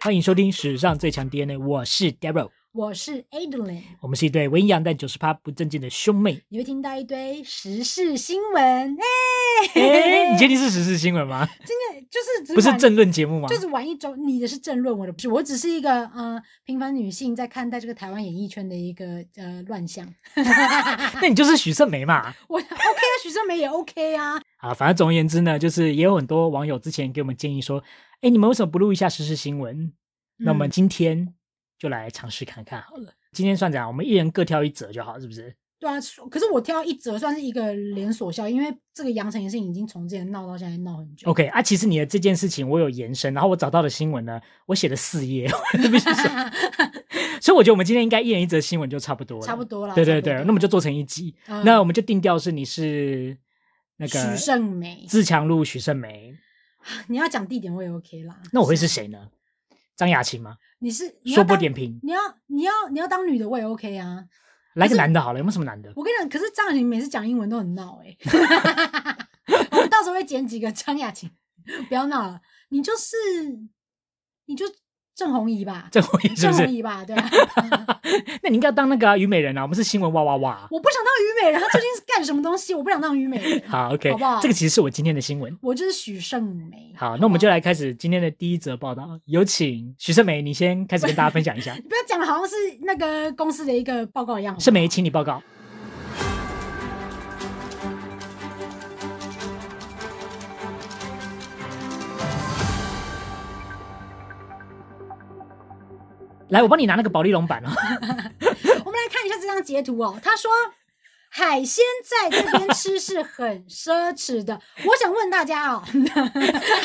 欢迎收听史上最强 DNA，我是 Daryl，我是 Adeline，我们是一对文养但九十趴不正经的兄 妹。你会听到一堆时事新闻，哎、哎，你确定是时事新闻吗？真的就是只不是玩政论节目吗？就是玩一周，你的是政论，我的不是，我只是一个呃平凡女性在看待这个台湾演艺圈的一个呃乱象。啊那你就是许胜梅嘛。我 OK 啊，许胜梅也 OK 啊，啊，反正总而言之呢，就是也有很多网友之前给我们建议说，哎，你们为什么不录一下时事新闻？那我们嗯今天就来尝试看看好了。今天算怎样？我们一人各挑一则就好，是不是？对啊，可是我挑一则算是一个连锁效应，因为这个杨丞琳事情已经从之前闹到现在闹很久。 OK 啊，其实你的这件事情我有延伸，然后我找到的新闻呢，我写了四页， 我必须说， 所以我觉得我们今天应该一人一则新闻就差不多了，差不多啦对对差不多对，那我们就做成一集，嗯那我们就定调是你是那个许胜梅，自强路许胜梅，你要讲地点我也 OK 啦。啊那我会是谁呢？张雅琴吗？你是你要说不当点评，你要你要你要当女的我也 OK 啊。来个男的好了，有没有什么男的？ 我跟你讲，可是张雅琴每次讲英文都很闹哎、 我们到时候会剪几个张雅琴，不要闹了，你就是你就郑红怡吧，郑红怡是郑不红是？怡吧，对啊。 那你应该当那个啊虞、美人啊，我们是新闻哇哇哇。我不想当虞美人，她究竟是干什么东西？我不想当虞美人。好，OK，好不好这个其实是我今天的新闻。我就是许胜梅。好，那我们就来，来开始今天的第一则报道。有请许胜梅，你先开始跟大家分享一下。你不要讲的好像是那个公司的一个报告一样。好不好胜梅，请你报告。来，我帮你拿那个保利龙板哦。我们来看一下这张截图哦。他说，海鲜在这边吃是很奢侈的。我想问大家哦，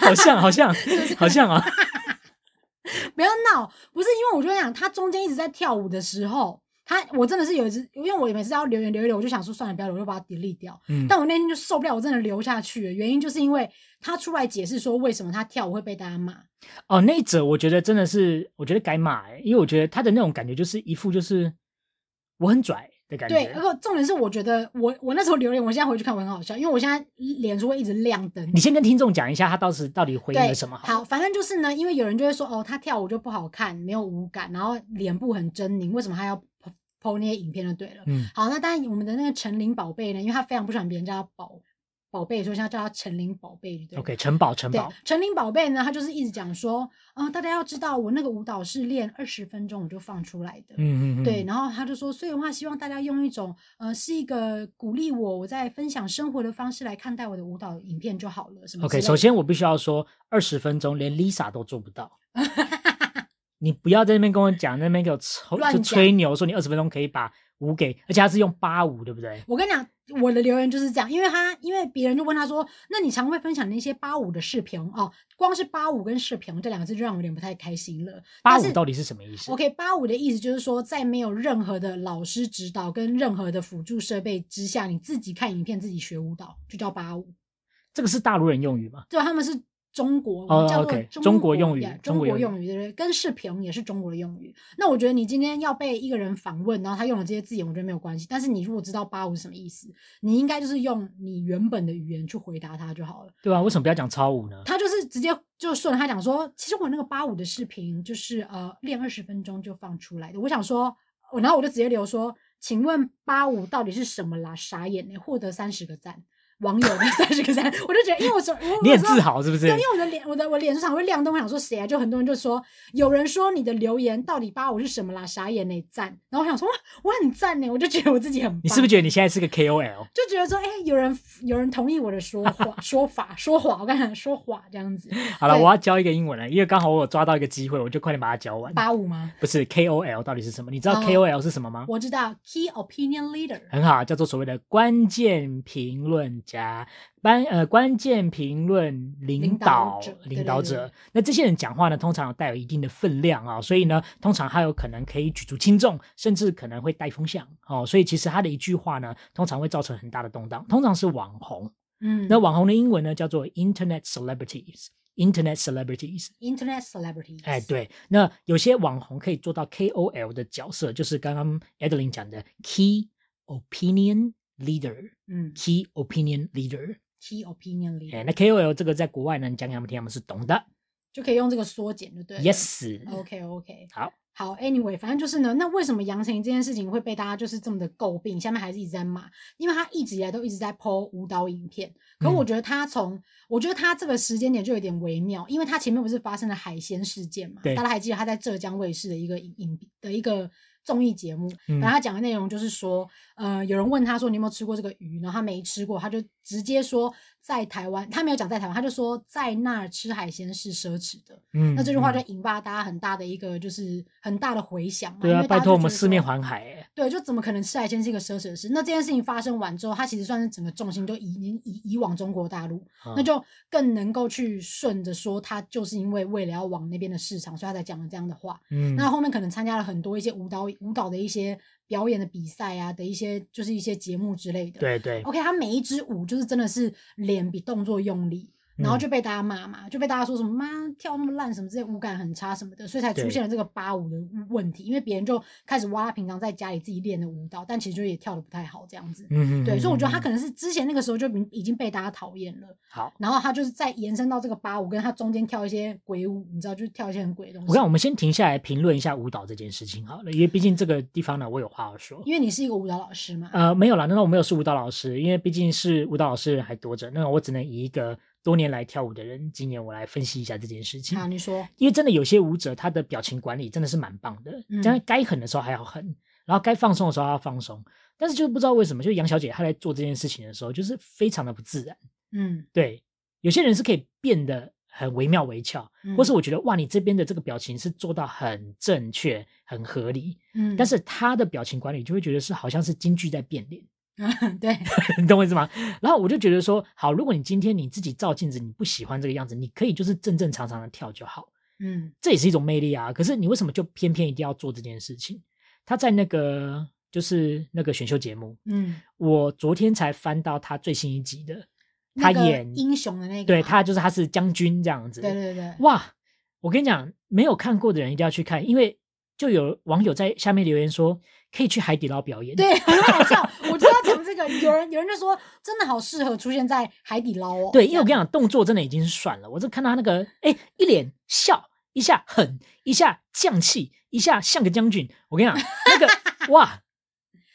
好像，好像， 好像啊、不要闹，不是因为我就想，他中间一直在跳舞的时候，他我真的是有一次，因为我每次要留言留一留，我就想说算了，不要留，我就把它 delete 掉。嗯，但我那天就受不了，我真的留下去了。原因就是因为他出来解释说为什么他跳舞会被大家骂。哦，那一则我觉得真的是，我觉得该骂、欸，因为我觉得他的那种感觉就是一副就是我很拽的感对，觉然。后重点是我觉得我我那时候留言，我现在回去看我很好笑，因为我现在脸书会一直亮灯你。先跟听众讲一下他当时到底回应对，了什么好了。好，反正就是呢，因为有人就会说，哦，他跳舞就不好看，没有舞感，然后脸部很狰狞，为什么他要 po po 那些影片就对了。嗯，好，那当然我们的那个陈琳宝贝呢，因为她非常不喜欢别人叫她宝宝贝，所以现在叫她陈琳宝贝，对不对 OK，城堡，城对堡，，陈琳宝贝呢，她就是一直讲说，嗯、大家要知道，我那个舞蹈是练二十分钟我就放出来的。嗯嗯嗯，对，，然后她就说，所以的话，希望大家用一种，呃，是一个鼓励我，我在分享生活的方式来看待我的舞蹈影片就好了，什么之 OK，类的首先我必须要说，二十分钟连 Lisa 都做不 到。你不要在那边跟我讲，那边给我吹乱就讲吹牛，说你二十分钟可以把五给，而且他是用八五，对不对？我跟你讲，我的留言就是这样，因为他因为别人就问他说，那你常会分享那些八五的视频哦，光是八五跟视频这两个字就让我有点不太开心了。八但五是到底是什么意思 OK，八五的意思就是说，在没有任何的老师指导跟任何的辅助设备之下，你自己看影片自己学舞蹈，就叫八五。这个是大陆人用语吗？对，他们是中国，哦我们叫做 OK，中中国用语呀中中国国用用语对不对？跟视频也是中国的用语。那我觉得你今天要被一个人访问，然后他用了这些字眼，我觉得没有关系。但是你如果知道八五是什么意思，你应该就是用你原本的语言去回答他就好了。对吧、为什么不要讲超五呢？他就是直接就顺着他讲说，其实我那个八五的视频就是呃练二十分钟就放出来的。我想说，我然后我就直接留说，请问八五到底是什么啦？傻眼呢、获得三十个赞，网友的三十个赞， 我就觉得，因为我说，我你有很时候自豪是不欸是对，因？为我的脸，我的我脸书上会亮灯，我想说谁啊？就很多人就说，有人说你的留言到底八五是什么啦？傻眼呢、赞。然后我想说，哇我很赞欸呢、我就觉得我自己很棒。你是不是觉得你现在是个 KOL？就觉得说，哎、有人有人同意我的说话说法说谎，我刚才说谎这样子，好了，对我要教一个英文了，因为刚好我有抓到一个机会，我就快点把它教完。八五吗？不是 KOL 到底是什么？你知道哦 KOL 是什么吗？我知道 key opinion leader，很好，叫做所谓的关键评论家、班呃关键评论领领导导者对领导对者对。那这些人讲话呢，通常有带有一定的分量啊、所以呢，通常他有可能可以举足轻重，甚至可能会带风向哦。所以其实他的一句话呢，通常会造成很大的动荡，通常是网红。嗯，那网红的英文呢，叫做 Internet celebrities。Internet celebrities， internet celebrities，哎，，对，那有些网红可以做到 KOL 的角色，就是刚刚 Adeline 讲的 Key Opinion Leader。嗯 Key Opinion Leader。 ，key opinion 哎， leader，那 KOL 这个在国外呢，你讲给他们听，他们是懂的。就可以用这个缩减，就对哦了。 Yes， OK OK，好，好，Anyway，反正就是呢，那为什么杨丞琳这件事情会被大家就是这么的诟病，下面还是一直在骂？因为他一直以来都一直在 PO 舞蹈影片，可我嗯觉得他从、我觉得他这个时间点就有点微妙，因为他前面不是发生了海鲜事件嘛，对大家还记得他在浙江卫视的一个影影的一个。综艺节目，嗯然后他讲的内容就是说，呃，有人问他说你有没有吃过这个鱼，然后他没吃过，他就直接说在台湾，他没有讲在台湾，他就说在那儿吃海鲜是奢侈的，嗯，那这句话嗯就引发大家很大的一个就是很大的回响嘛。对因啊，为拜大家托就我们觉得四面说环海欸，对，就怎么可能吃海鲜是一个奢侈的事？那这件事情发生完之后，它其实算是整个重心都移移移移往中国大陆，那嗯就更能够去顺着说，他就是因为为了要往那边的市场，所以他才讲了这样的话。嗯，那后面可能参加了很多一些舞蹈舞蹈的一些表演的比赛啊的一些就是一些节目之类的。对对， OK，他每一支舞就是真的是脸比动作用力，然后嗯就被大家骂嘛，就被大家说什么妈跳那么烂什么之类，舞感很差什么的，所以才出对现了这个八舞的问题，因为别人就开始挖他平常在家里自己练的舞蹈，但其实就也跳的不太好这样子。嗯，对，所以我觉得他嗯可能是之前那个时候就已经已经被大家讨厌了，好。然后他就是再延伸到这个八舞，跟他中间跳一些鬼舞，你知道，就是跳一些很鬼的东西。我看我们先停下来评论一下舞蹈这件事情好了，因为毕竟这个地方呢，我有话要说。因为你是一个舞蹈老师嘛，呃，没有啦，那我没有是舞蹈老师，因为毕竟是舞蹈老师的人还多着，那我只能以一个多年来跳舞的人经验，我来分析一下这件事情。啊，你说，因为真的有些舞者他的表情管理真的是蛮棒的，嗯但该狠的时候还要狠，然后该放松的时候还要放松。但是就不知道为什么，就杨小姐她在做这件事情的时候，就是非常的不自然。嗯，对，有些人是可以变得很惟妙惟肖，嗯或是我觉得哇，你这边的这个表情是做到很正确、很合理，嗯，但是他的表情管理就会觉得是好像是京剧在变脸，对， 你懂我意思吗？然后我就觉得说，好，如果你今天你自己照镜子，你不喜欢这个样子，你可以就是正正常常的跳就好。嗯这也是一种魅力啊。可是你为什么就偏偏一定要做这件事情？他在那个就是那个选秀节目，嗯，我昨天才翻到他最新一集的， 他那个演、英雄的那个对嘛他就是他是将军这样子。对 对对，哇，我跟你讲，没有看过的人一定要去看，因为就有网友在下面留言说可以去海底捞表演。对，很好笑。我就要讲这个，有人有人就说，真的好适合出现在海底捞哦。对，因为我跟你这样讲，动作真的已经是算了，我就看到他那个哎一脸笑，一下狠，一下犟气，一下像个将军。我跟你讲，那 个哇，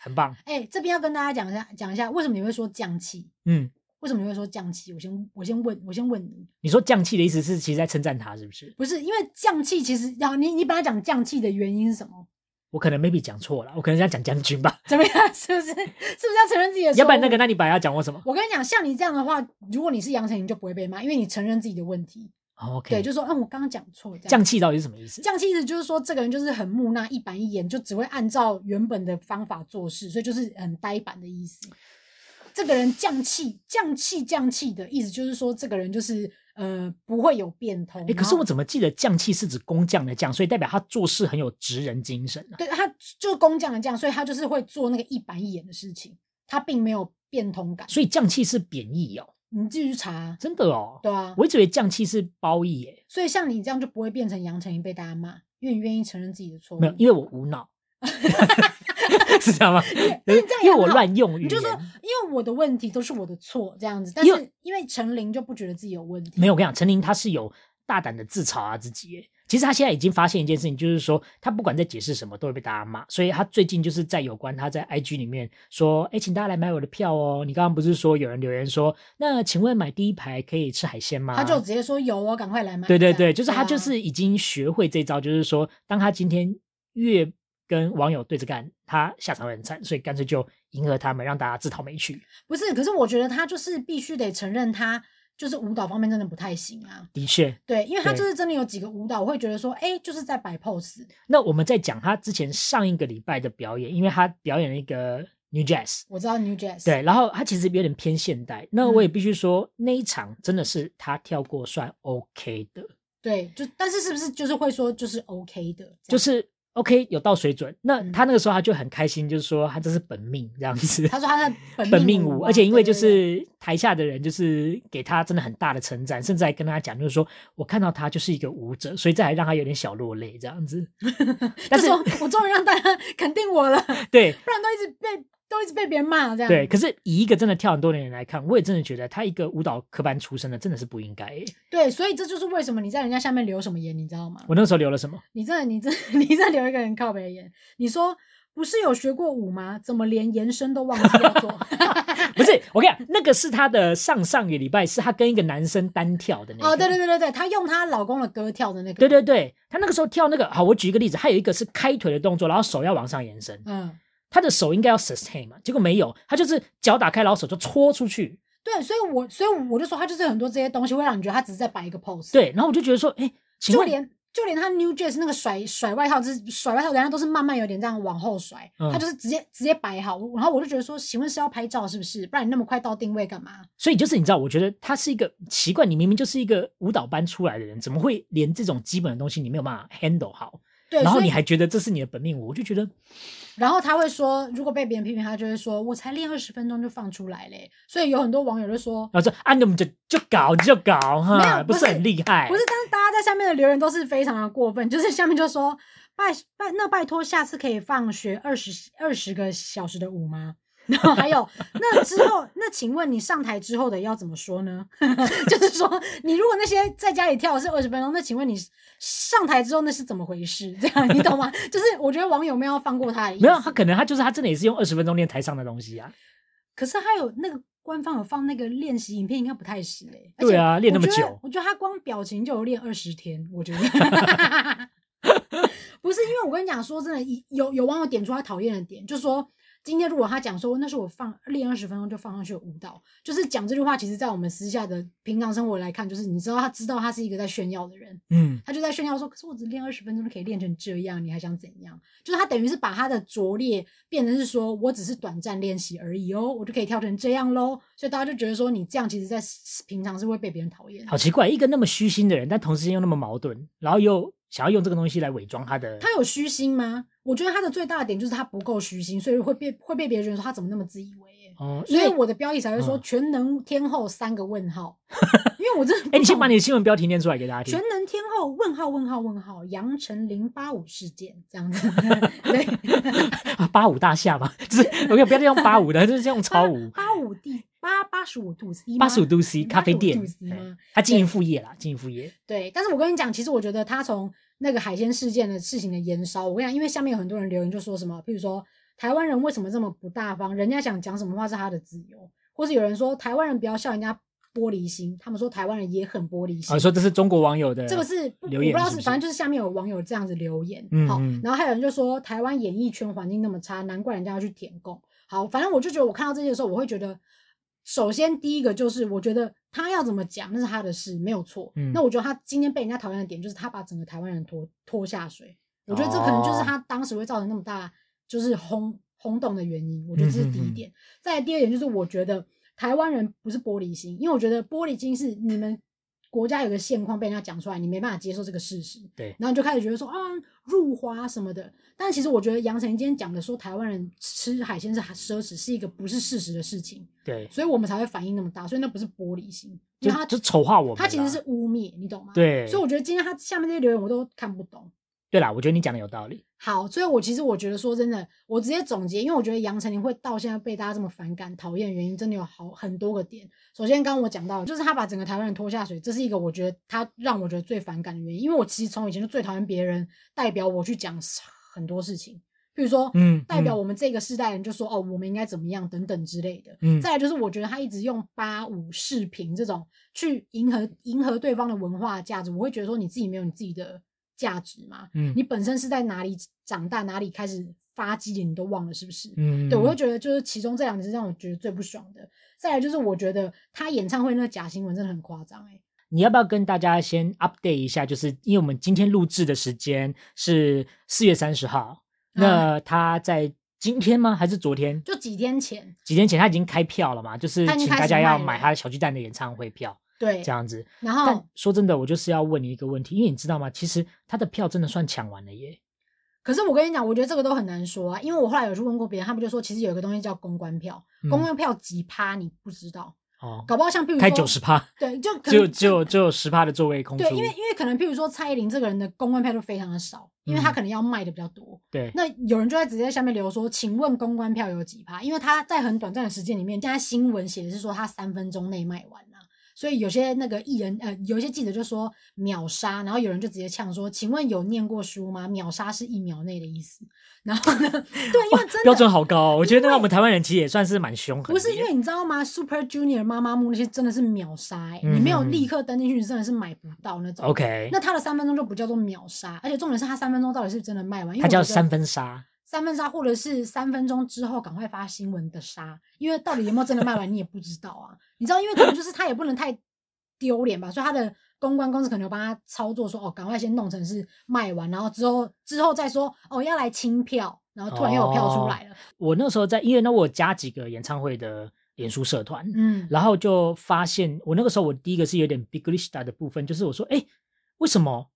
很棒。哎、这边要跟大家讲一下，讲一下为什么你会说降气？嗯，为什么你会说降气？我先我先问，我先问你，你说降气的意思是其实在称赞他，是不是？不是因为降气其实要你你本来讲降气的原因是什么？我可能 maybe 讲错了，我可能要讲将军吧，怎么样？ 是不是是不是要承认自己的？要不然那个，那你本来要讲我什么我跟你讲，像你这样的话，如果你是杨丞琳，就不会被骂，因为你承认自己的问题。哦？OK，对，就说嗯，我刚刚讲错，这样降气到底是什么意思？降气意思就是说，这个人就是很木讷、一板一眼，就只会按照原本的方法做事，所以就是很呆板的意思。这个人降气、降气、降气的意思就是说，这个人就是呃不会有变通。哎，可然是后我怎么记得降气是指工匠的匠，所以代表他做事很有职人精神啊。对他就是工匠的匠，所以他就是会做那个一板一眼的事情，他并没有变通感。所以降气是贬义哦，你继续查，真的哦。对啊。我一直以为降气是褒义耶，所以像你这样就不会变成杨丞琳被大家骂，因为你愿意承认自己的错误。没有，因为我无脑， 是这样吗？那你这样也因为我很好乱用语言你就说，因为我的问题都是我的错这样子，但因为是因为陈琳就不觉得自己有问题，没有，我跟你讲，陈琳她是有大胆的自嘲啊自己耶。其实她现在已经发现一件事情，就是说她不管在解释什么都会被大家骂，所以她最近就是在有关她在 IG 里面说：“哎，请大家来买我的票哦。”你刚刚不是说有人留言说：“那请问买第一排可以吃海鲜吗？”他就直接说有哦，赶快来买。啊对对这对，样啊就是他就，是已经学会这招，就是说，当他今天越跟网友对着干，他下场会很惨，所以干脆就迎合他们，让大家自讨没趣。啊不是？可是我觉得他就是必须得承认他。就是舞蹈方面真的不太行啊，的确，对，因为他对就是真的有几个舞蹈，我会觉得说，哎、就是在摆 pose，那我们在讲他之前上一个礼拜的表演，因为他表演了一个 New Jazz，我知道 New Jazz，对，然后他其实有点偏现代。那我也嗯必须说，那一场真的是他跳过算 OK 的，对，就但是是不是就是会说就是 OK 的，这就样是 OK 有到水准。那嗯他那个时候他就很开心，就是说他这是本命这样子。他说他在本本命命舞舞，啊，而且因为对就对对是台下的人就是给他真的很大的称赞，甚至还跟他讲，就是说我看到他就是一个舞者，所以这还让他有点小落 泪这样子。但就是 说我终于让大家肯定我了，不对然都一直被都一直被别人骂这样。对，可是以一个真的跳很多年的人来看，我也真的觉得他一个舞蹈科班出身的，真的是不应该欸。对，所以这就是为什么你在人家下面留什么言，你知道吗？ 我那时候留了什么？你这你这 你这留一个人靠北的言，你说不是有学过舞吗？怎么连延伸都忘记要 做？哦不是，我跟你讲，那个是他的上上个礼拜，是他跟一个男生单跳的那个。哦，对对对对对，她用她老公的歌跳的那个，对，对对，他那个时候跳那个，好，我举一个例子，还有一个是开腿的动作，然后手要往上延伸，嗯，他的手应该要 sustain 嘛，结果没有，他就是脚打开，然后手就戳出去，对，所以我所以我就说她就是很多这些东西会让你觉得她只是在摆一个 pose，，对，然后我就觉得说，哎，请就问，连就连她 New Jeans 那个甩甩外套，就是甩外套，人家都是慢慢有点这样往后甩，嗯她就是直接直接摆好，然后我就觉得说，请问是要拍照是不是？不然你那么快到定位干嘛？所以就是你知道，我觉得他是一个奇怪，你明明就是一个舞蹈班出来的人，怎么会连这种基本的东西你没有办法 handle 好，对，然后所以你还觉得这是你的本命舞，我就觉得然后他会说，如果被别人批评，他就会说，我才练二十分钟就放出来嘞。所以有很多网友就说，然后说啊，你们就就搞你就搞没哈，有不是是很厉害？不是，但是大家在下面的留言都是非常的过分，就是下面就说，拜拜，那拜托下次可以放学二十二十个小时的舞吗？ 然后还有，那之后，那请问你上台之后的要怎么说呢？ 就是说，你如果那些在家里跳的是二十分钟，那请问你上台之后那是怎么回事？ 这样你懂吗？就是我觉得网友没有要放过他的意思，没有，他可能他就是他真的也是用二十分钟练台上的东西啊。可是他有那个官方有放那个练习影片，应该不太是哎、欸。而对且啊练我那么觉得久我觉得他光表情就有练二十天，我觉得。 不是因为我跟你讲，说真的，一有有网友点出他讨厌的点，就说今天如果他讲说那是我放练二十分钟就放上去的舞蹈，就是讲这句话，其实在我们私下的平常生活来看，就是你知道他知道他是一个在炫耀的人，嗯，他就在炫耀说：“可是我只练二十分钟就可以练成这样，你还想怎样？”就是他等于是把他的拙劣变成是说我只是短暂练习而已哦，我就可以跳成这样喽。所以大家就觉得说你这样其实在平常是会被别人讨厌的。好奇怪，一个那么虚心的人，但同时间又那么矛盾，然后又想要用这个东西来伪装他的他。有虚心吗？我觉得他的最大的点就是他不够虚心，所以会被会被别人觉得说他怎么那么自以为耶。哦，所以因为我的标题才会说“嗯全能天后”三个问 号，因为我真的哎，你先把你你的新闻标题念出来给大家听全。能天后问号问号问号杨丞琳八五事件这 样子，对。，啊，八五大厦嘛， 就是我跟不要用八五的，就是 用超五 八五第八八十五度 C 吗八十五度 C 咖啡店85度 C 吗，他啊经营副业啦，经营副业。对，但是我跟你讲，其实我觉得他从那个海鲜事件的事情的延烧，我跟你讲，因为下面有很多人留言就说什么，譬如说台湾人为什么这么不大方，人家想讲什么话是他的自由，或是有人说台湾人不要笑人家玻璃心，他们说台湾人也很玻璃心。啊，说这是中国网友的，这个是不留我不言知道是不是反正就是下面有网友这样子留言，嗯好嗯，然后还有人就说台湾演艺圈环境那么差，难怪人家要去舔供。好，反正我就觉得我看到这些的时候，我会觉得，首先第一个就是我觉得他要怎么讲那是他的事，没有错。嗯那我觉得他今天被人家讨厌的点就是他把整个台湾人拖拖下水，我觉得这可能就是哦他当时会造成那么大就是轰轰动的原因。嗯我觉得这是第一点。再来第二点就是，我觉得台湾人不是玻璃心，因为我觉得玻璃心是你们国家有个现况被人家讲出来，你没办法接受这个事实，对然后你就开始觉得说啊入华什么的。但其实我觉得杨丞琳今天讲的说台湾人吃海鲜是奢侈，是一个不是事实的事情，对，所以我们才会反应那么大，所以那不是玻璃心，就因为他就丑化我们啦。他其实是污蔑，你懂吗？，对，所以我觉得今天他下面这些留言我都看不懂。对啦，我觉得你讲的有道理。好，所以我其实我觉得说真的，我直接总结，因为我觉得杨丞琳会到现在被大家这么反感、讨厌，原因真的有好很多个点。首先，刚刚我讲到，就是他把整个台湾人拖下水，这是一个我觉得他让我觉得最反感的原因。因为我其实从以前就最讨厌别人代表我去讲很多事情，比如说，嗯代表嗯我们这个世代人就说、哦，我们应该怎么样等等之类的。嗯再来就是我觉得他一直用八五视频这种去迎合迎合对方的文化价值，我会觉得说你自己没有你自己的价值嘛。嗯你本身是在哪里长大，哪里开始发迹的，你都忘了是不是？嗯对我会觉得就是其中这两点是让我觉得最不爽的。再来就是我觉得他演唱会那个假新闻真的很夸张哎，你要不要跟大家先 update 一下？就是因为我们今天录制的时间是四月三十号，嗯那他在今天吗？还是昨天？就几天前几天前他已经开票了嘛？就是他已经请开大始家要卖买了他小巨蛋的演唱会票对这，样子。然但后说真的，我就是要问你一个问题，因为你知道吗？其实他的票真的算抢完了耶。可是我跟你讲，我觉得这个都很难说啊，因为我后来有去问过别人，他们就说其实有一个东西叫公关票，嗯公关票几趴你不知道。哦，搞不好像譬如开说九十趴，对，就 可只有能只有只有十趴的座位空出对，，因为因为可能譬如说蔡依林这个人的公关票就非常的少，因嗯为她可能要卖的比较多。对那有人就在直接在下面留说，请问公关票有几趴？因为他在很短暂的时间里面，现在新闻写的是说他三分钟内卖完了、所以有些那个艺人呃，有一些记者就说秒杀，然后有人就直接呛说，请问有念过书吗？秒杀是一秒内的意思。然后呢，对， 因为真的标准好高、哦，我觉得那我们台湾人其实也算是蛮凶狠的耶，不是因为你知道吗？Super Junior、妈妈木那些真的是秒杀、欸，你没有嗯立刻登进去，你真的是买不到那种。 OK，那他的三分钟就不叫做秒杀，而且重点是他三分钟到底是不是真的卖完？因为它我觉叫得三分杀，三分杀，或者是三分钟之后赶快发新闻的杀，因为到底有没有真的卖完你也不知道啊。你知道，因为可能就是他也不能太丢脸吧，所以他的公关公司可能有帮他操作说，哦，赶快先弄成是卖完，然后之后之后再说，哦，要来清票，然后突然又有票出来了，我那时候在，因为那我有加几个演唱会的演出社团，嗯，然后就发现我那个时候我第一个是有点 big lista 的部分，就是我说，哎，为什么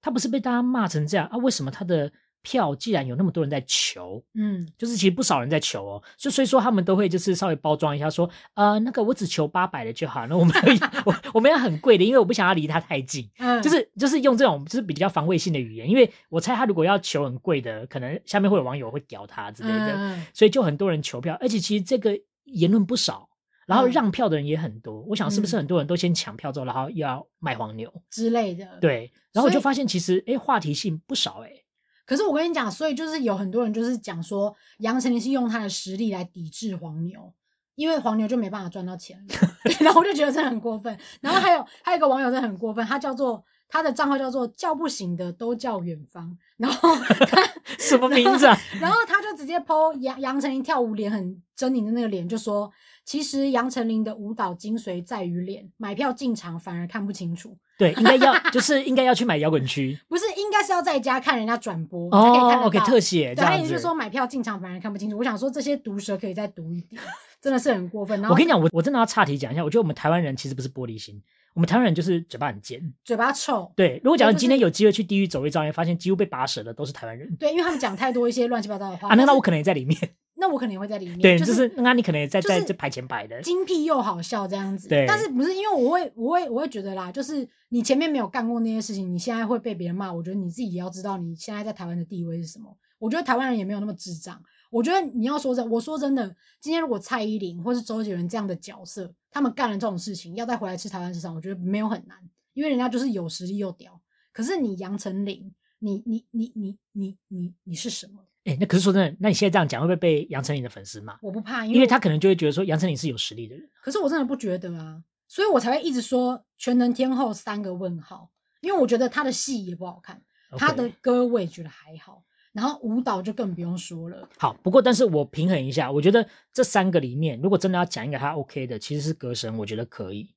他不是被大家骂成这样啊？为什么他的票既然有那么多人在求？嗯，就是其实不少人在求哦，就所以说他们都会就是稍微包装一下说，呃，那个我只求八百的就好，那我们 我我们要很贵的，因为我不想要离他太近，嗯就是就是用这种就是比较防卫性的语言，因为我猜他如果要求很贵的，可能下面会有网友会屌他之类的，嗯嗯所以就很多人求票，而且其实这个言论不少，然后嗯让票的人也很多。我想是不是嗯很多人都先抢票之后，然后又要卖黄牛？之类的，。对，然后我所就以发现其实哎，诶话题性不少哎、 诶可是我跟你讲，所以就是有很多人就是讲说，杨丞琳是用她的实力来抵制黄牛，因为黄牛就没办法赚到钱了。 然后我就觉得真的很过分。然后还有还有一个网友真的很过分，他叫做他的账号叫做叫不醒的都叫远方，然后 他什么名字啊？然后他就直接 PO 杨杨丞琳跳舞脸很狰狞的那个脸，就说其实杨丞琳的舞蹈精髓在于脸，买票进场反而看不清楚。 对，应该要就是应该要去买摇滚区不是，应该是要在家看人家转播才可以看哦得，OK 到特写这对，他样也就子是。说买票进场反而看不清楚。我想说这些毒舌可以再毒一 点，真的是很过分。然我后跟你讲，我我真的要岔题讲一下，我觉得我们台湾人其实不是玻璃心，我们台湾人就是嘴巴很尖。嘴巴臭，对，如果假对如就今天是有机会去地狱走一遭，你会发现几乎被拔舌的都是台湾人对，因为他们讲太多一些乱七八糟的话。啊，那但那是我可能也在里面。那我肯定会在里面，对，就就是那你可能也在就在是这排前排的。精辟又好笑这样子。对但是不是因为我会我会我会觉得啦，就是你前面没有干过那些事情，你现在会被别人骂，我觉得你自己也要知道你现在在台湾的地位是什么。我觉得台湾人也没有那么智障。我觉得你要说真，我说真的，今天如果蔡依林或是周杰伦这样的角色，他们干了这种事情，要再回来吃台湾市场，我觉得没有很难，因为人家就是有实力又屌。可是你杨丞琳，你你你你你你你是什么？哎、那可是说真的，那你现在这样讲会不会被杨丞琳的粉丝骂？我不怕，因因为为我他可能就会觉得说杨丞琳是有实力的人。可是我真的不觉得啊，所以我才会一直说全能天后三个问号，因为我觉得她的戏也不好看，她的 OK 歌我也觉得还好，然后舞蹈就更不用说了。好，不过但是我平衡一下，我觉得这三个里面，如果真的要讲一个他 OK 的，其实是歌声，我觉得可以，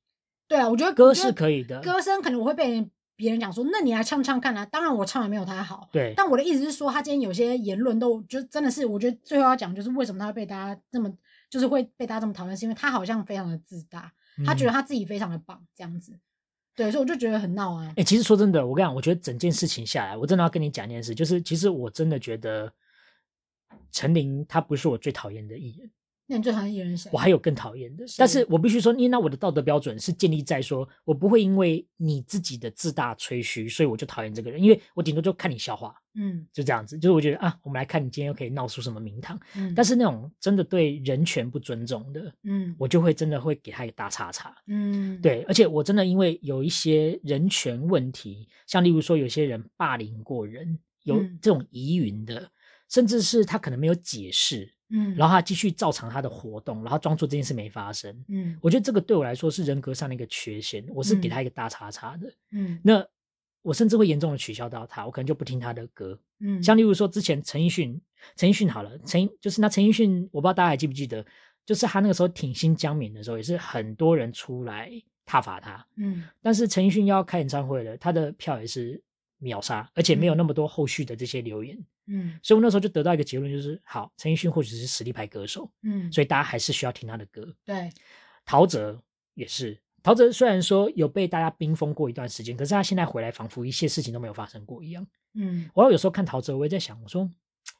对啊，我觉得歌我觉是得可以的。歌声可能我会被人别人讲说，那你来唱唱看啊。当然我唱的没有她好，对，但我的意思是说，她今天有些言论都就真的是，我觉得最后要讲就是为什么她会被大家这么就是会被大家这么讨厌，是因为她好像非常的自大，她觉得哎、她自己非常的棒这样子。对，所以我就觉得很闹啊。诶其实说真的，我跟你讲，我觉得整件事情下来，我真的要跟你讲一件事，就是其实我真的觉得陈琳她不是我最讨厌的艺人，那你最讨厌艺人谁我？还有更讨厌的。但是是我必须说，因为那我的道德标准是建立在说我不会因为你自己的自大吹嘘，所以我就讨厌这个人，因为我顶多就看你笑话。嗯。就这样子，就是我觉得啊，我们来看你今天又可以闹出什么名堂。嗯，但是是那种真的对人权不尊重的，嗯我就会真的会给他一个大叉叉。嗯，对，而且我真的因为有一些人权问题，像例如说有些人霸凌过人，有嗯这种疑云的，甚至是他可能没有解释，嗯，然后后他继续照常他的活动，然后装作这件事没发生。嗯我觉得这个对我来说是人格上的一个缺陷，我是给他一个大叉叉的。嗯那我甚至会严重的取消到他，我可能就不听他的歌。嗯，像例如说之前陈奕迅，陈奕迅好了，陈就是那陈奕迅，我不知道大家还记不记得，就是他那个时候挺新疆棉的时候，也是很多人出来挞伐他。嗯但是陈奕迅要开演唱会了，他的票也是秒杀，而且没有那么多后续的这些留言，嗯所以我那时候就得到一个结论，就是好，陈奕迅或许是实力派歌手，嗯，所以以大家还是需要听他的歌。对，陶喆也是。陶喆虽然说有被大家冰封过一段时间，可是他现在回来，仿佛一切事情都没有发生过一样。嗯我有时候看陶喆，我也在想，我说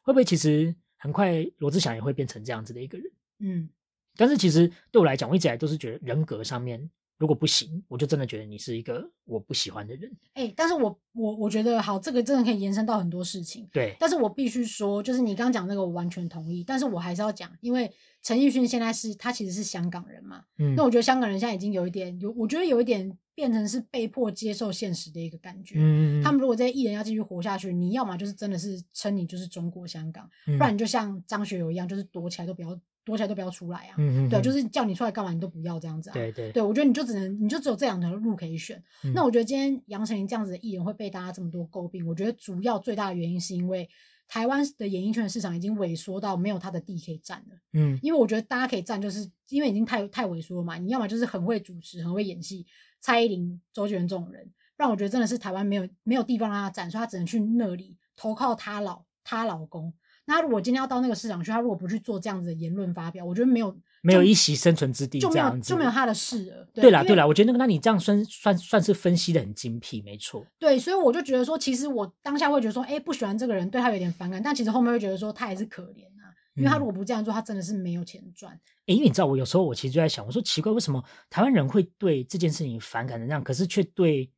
会不会其实很快罗志祥也会变成这样子的一个人？嗯但是其实对我来讲，我一直以来都是觉得人格上面如果不行，我就真的觉得你是一个我不喜欢的人。哎、但是我我我觉得好，这个真的可以延伸到很多事情。对，但是我必须说，就是你刚刚讲那个，我完全同意。但是我还是要讲，因为陈奕迅现在是他其实是香港人嘛，嗯那，我觉得香港人现在已经有一点有，我觉得有一点变成是被迫接受现实的一个感觉。嗯，他们如果这些艺人要继续活下去，你要么就是真的是称你就是中国香港，不不然你就像张学友一样，就是躲起来都不要躲起来都不要出来啊。嗯嗯，对，就是是叫你出来干嘛你都不要这样子啊。对对，对，我觉得你就只能，你就只有这两条路可以选。嗯那我觉得今天杨丞琳这样子的艺人会被大家这么多诟病，我觉得主要最大的原因是因为台湾的演艺圈的市场已经萎缩到没有他的地可以占了。嗯因为我觉得大家可以占，就是因为已经太太萎缩了嘛。你要么就是很会主持、很会演戏，蔡依林、周杰伦这种人，不然我觉得真的是台湾没有没有地方让他占，所以他只能去那里投靠她老她老公。那如果今天要到那个市场去，他如果不去做这样子的言论发表，我觉得没有没有就一席生存之地就这没有样子，就没有他的事了。对啦，对了，啦，我觉得那个，那你这样算算算是分析的很精辟，没错。对，所以我就觉得说，其实我当下会觉得说，哎，不喜欢这个人，对他有点反感，但其实后面会觉得说，他也是可怜啊，因为他嗯如果不这样做，他真的是没有钱赚。诶，因为你知道，我有时候我其实就在想，我说奇怪，为什么台湾人会对这件事情反感的那样，可是却对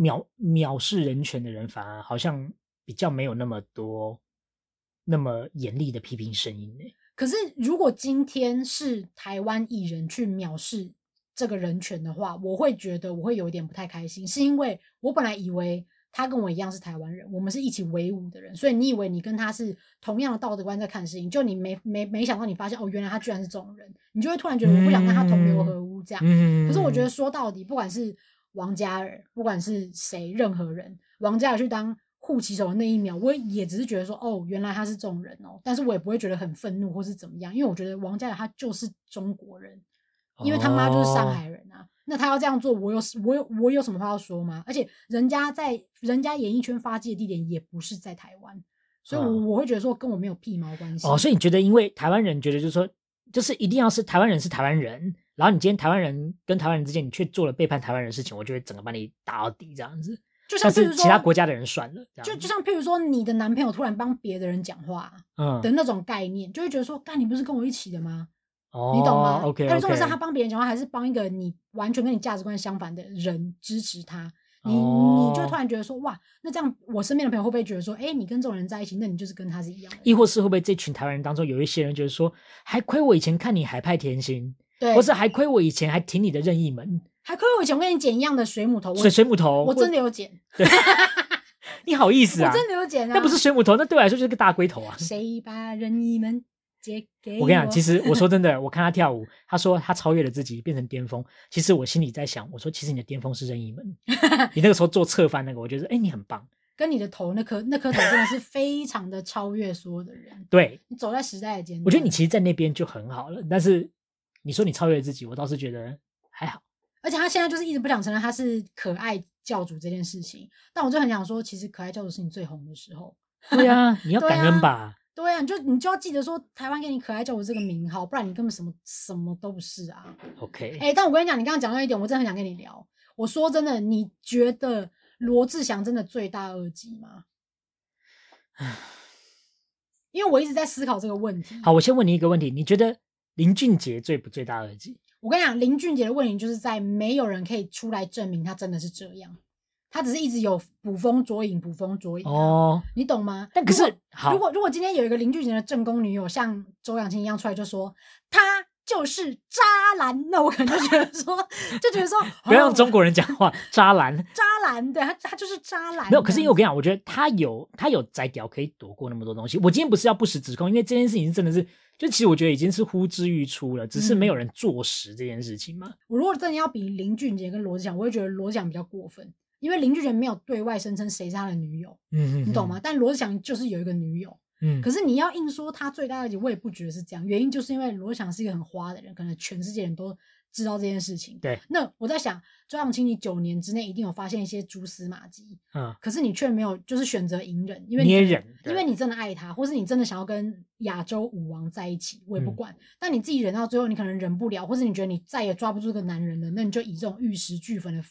藐藐视人权的人反而好像比较没有那么多那么严厉的批评声音呢？可是如果今天是台湾艺人去藐视这个人权的话，我会觉得我会有一点不太开心，是因为我本来以为他跟我一样是台湾人，我们是一起为伍的人，所以你以为你跟他是同样的道德观在看事情，就你没没没想到你发现哦，原来他居然是这种人，你就会突然觉得我不想跟他同流合污这样。嗯可是我觉得说到底，不管是王嘉尔，不管是谁，任何人，王嘉尔去当护旗手的那一秒，我也只是觉得说，哦，原来他是这种人哦，但是我也不会觉得很愤怒或是怎么样，因为我觉得王嘉尔他就是中国人，因为他妈就是哦上海人啊。那他要这样做，我有我有我有什么话要说吗？而且人家在人家演艺圈发迹的地点也不是在台湾，所以我，嗯我、会觉得说跟我没有屁毛关系。哦，所以你觉得，因为台湾人觉得就是说，就是一定要是台湾人是台湾人，然后你今天台湾人跟台湾人之间，你却做了背叛台湾人的事情，我就会整个把你打到底这样子。就像但譬如是说其他国家的人算了，这样就就子像譬如说你的男朋友突然帮别的人讲话啊、嗯的，那种概念，就会觉得说，干你不是跟我一起的吗？你你懂吗？哦？OK，而且重点是他帮别人讲话，还是帮一个你完全跟你价值观相反的人支持他，你、你哦就突然觉得说，哇，那这样我身边的朋友会不会觉得说，哎、你跟这种人在一起，那你就是跟他是一样的人？亦或是会不会这群台湾人当中有一些人觉得说，还亏我以前看你海派甜心，对，或是还亏我以前还挺你的任意门、还亏我以前跟你剪一样的水母头，我水水母头，我真的有，有剪， 你好意思我啊？真的有剪啊，那不是水母头，那对我来说就是个大龟头 啊。谁把任意门借给我跟你讲，其实我哎说真的，我看他跳舞，他说他超越了自己，变成巅峰。其实我心里在想，我说其实你的巅峰是任意 门，你那个时候做侧翻那个，我觉得哎、你很棒。跟你的头那颗那颗头真的是非常的超越所有的人，对，你走在时代的尖端。我觉得你其实，在那边就很好了。但是你说你超越了自己，我倒是觉得还好。而且他现在就是一直不想承认他是可爱教主这件事情，但我就很想说，其实可爱教主是你最红的时候。对啊，你要 对感恩啊吧。对啊，你就你就要记得说，台湾给你可爱教主这个名号，不然你根本什么什么都不是啊！ OK，哎、但我跟你讲，你刚刚讲到一点，我真的很想跟你聊。我说真的，你觉得罗志祥真的罪大恶极吗？因为我一直在思考这个问题。好，我先问你一个问题，你觉得林俊杰罪不罪大恶极？我跟你讲，林俊杰的问题就是在没有人可以出来证明他真的是这样，他只是一直有捕风捉影，捕风捉影啊、哦，你懂吗？但可如果是好如果如果今天有一个林俊杰的正宫女友像周扬青一样出来就说他就是渣男，那我可能就觉得说 就觉得说 不要让中国国人讲话， 渣男。渣男，对他他就是渣男。没有，可是因为我这跟你讲，样我觉得他有他有摘屌可以躲过那么多东西。我今天不是要不实指控，因为这件事情真的是，就其实我觉得已经是呼之欲出了，只是没有嗯人坐实这件事情嘛。子我如果真的要比林俊杰跟罗志祥，我会觉得罗志祥比较过分，因为林俊杰没有对外声称谁是他的女友，嗯你懂吗？？但罗志祥就是有一个女友。嗯，可是你要硬说他最大的问题，我也不觉得是这样。原因就是因为罗翔是一个很花的人，可能全世界人都知道这件事情。对，那我在想，周扬青，你九年之内一定有发现一些蛛丝马迹，嗯，可是你却没有，就是选择隐忍，因为你也真的忍，因为你真的爱他，或是你真的想要跟亚洲舞王在一起，我也不嗯管。但你自己忍到最后，你可能忍不了，或是你觉得你再也抓不住这个男人了，那你就以这种玉石俱焚的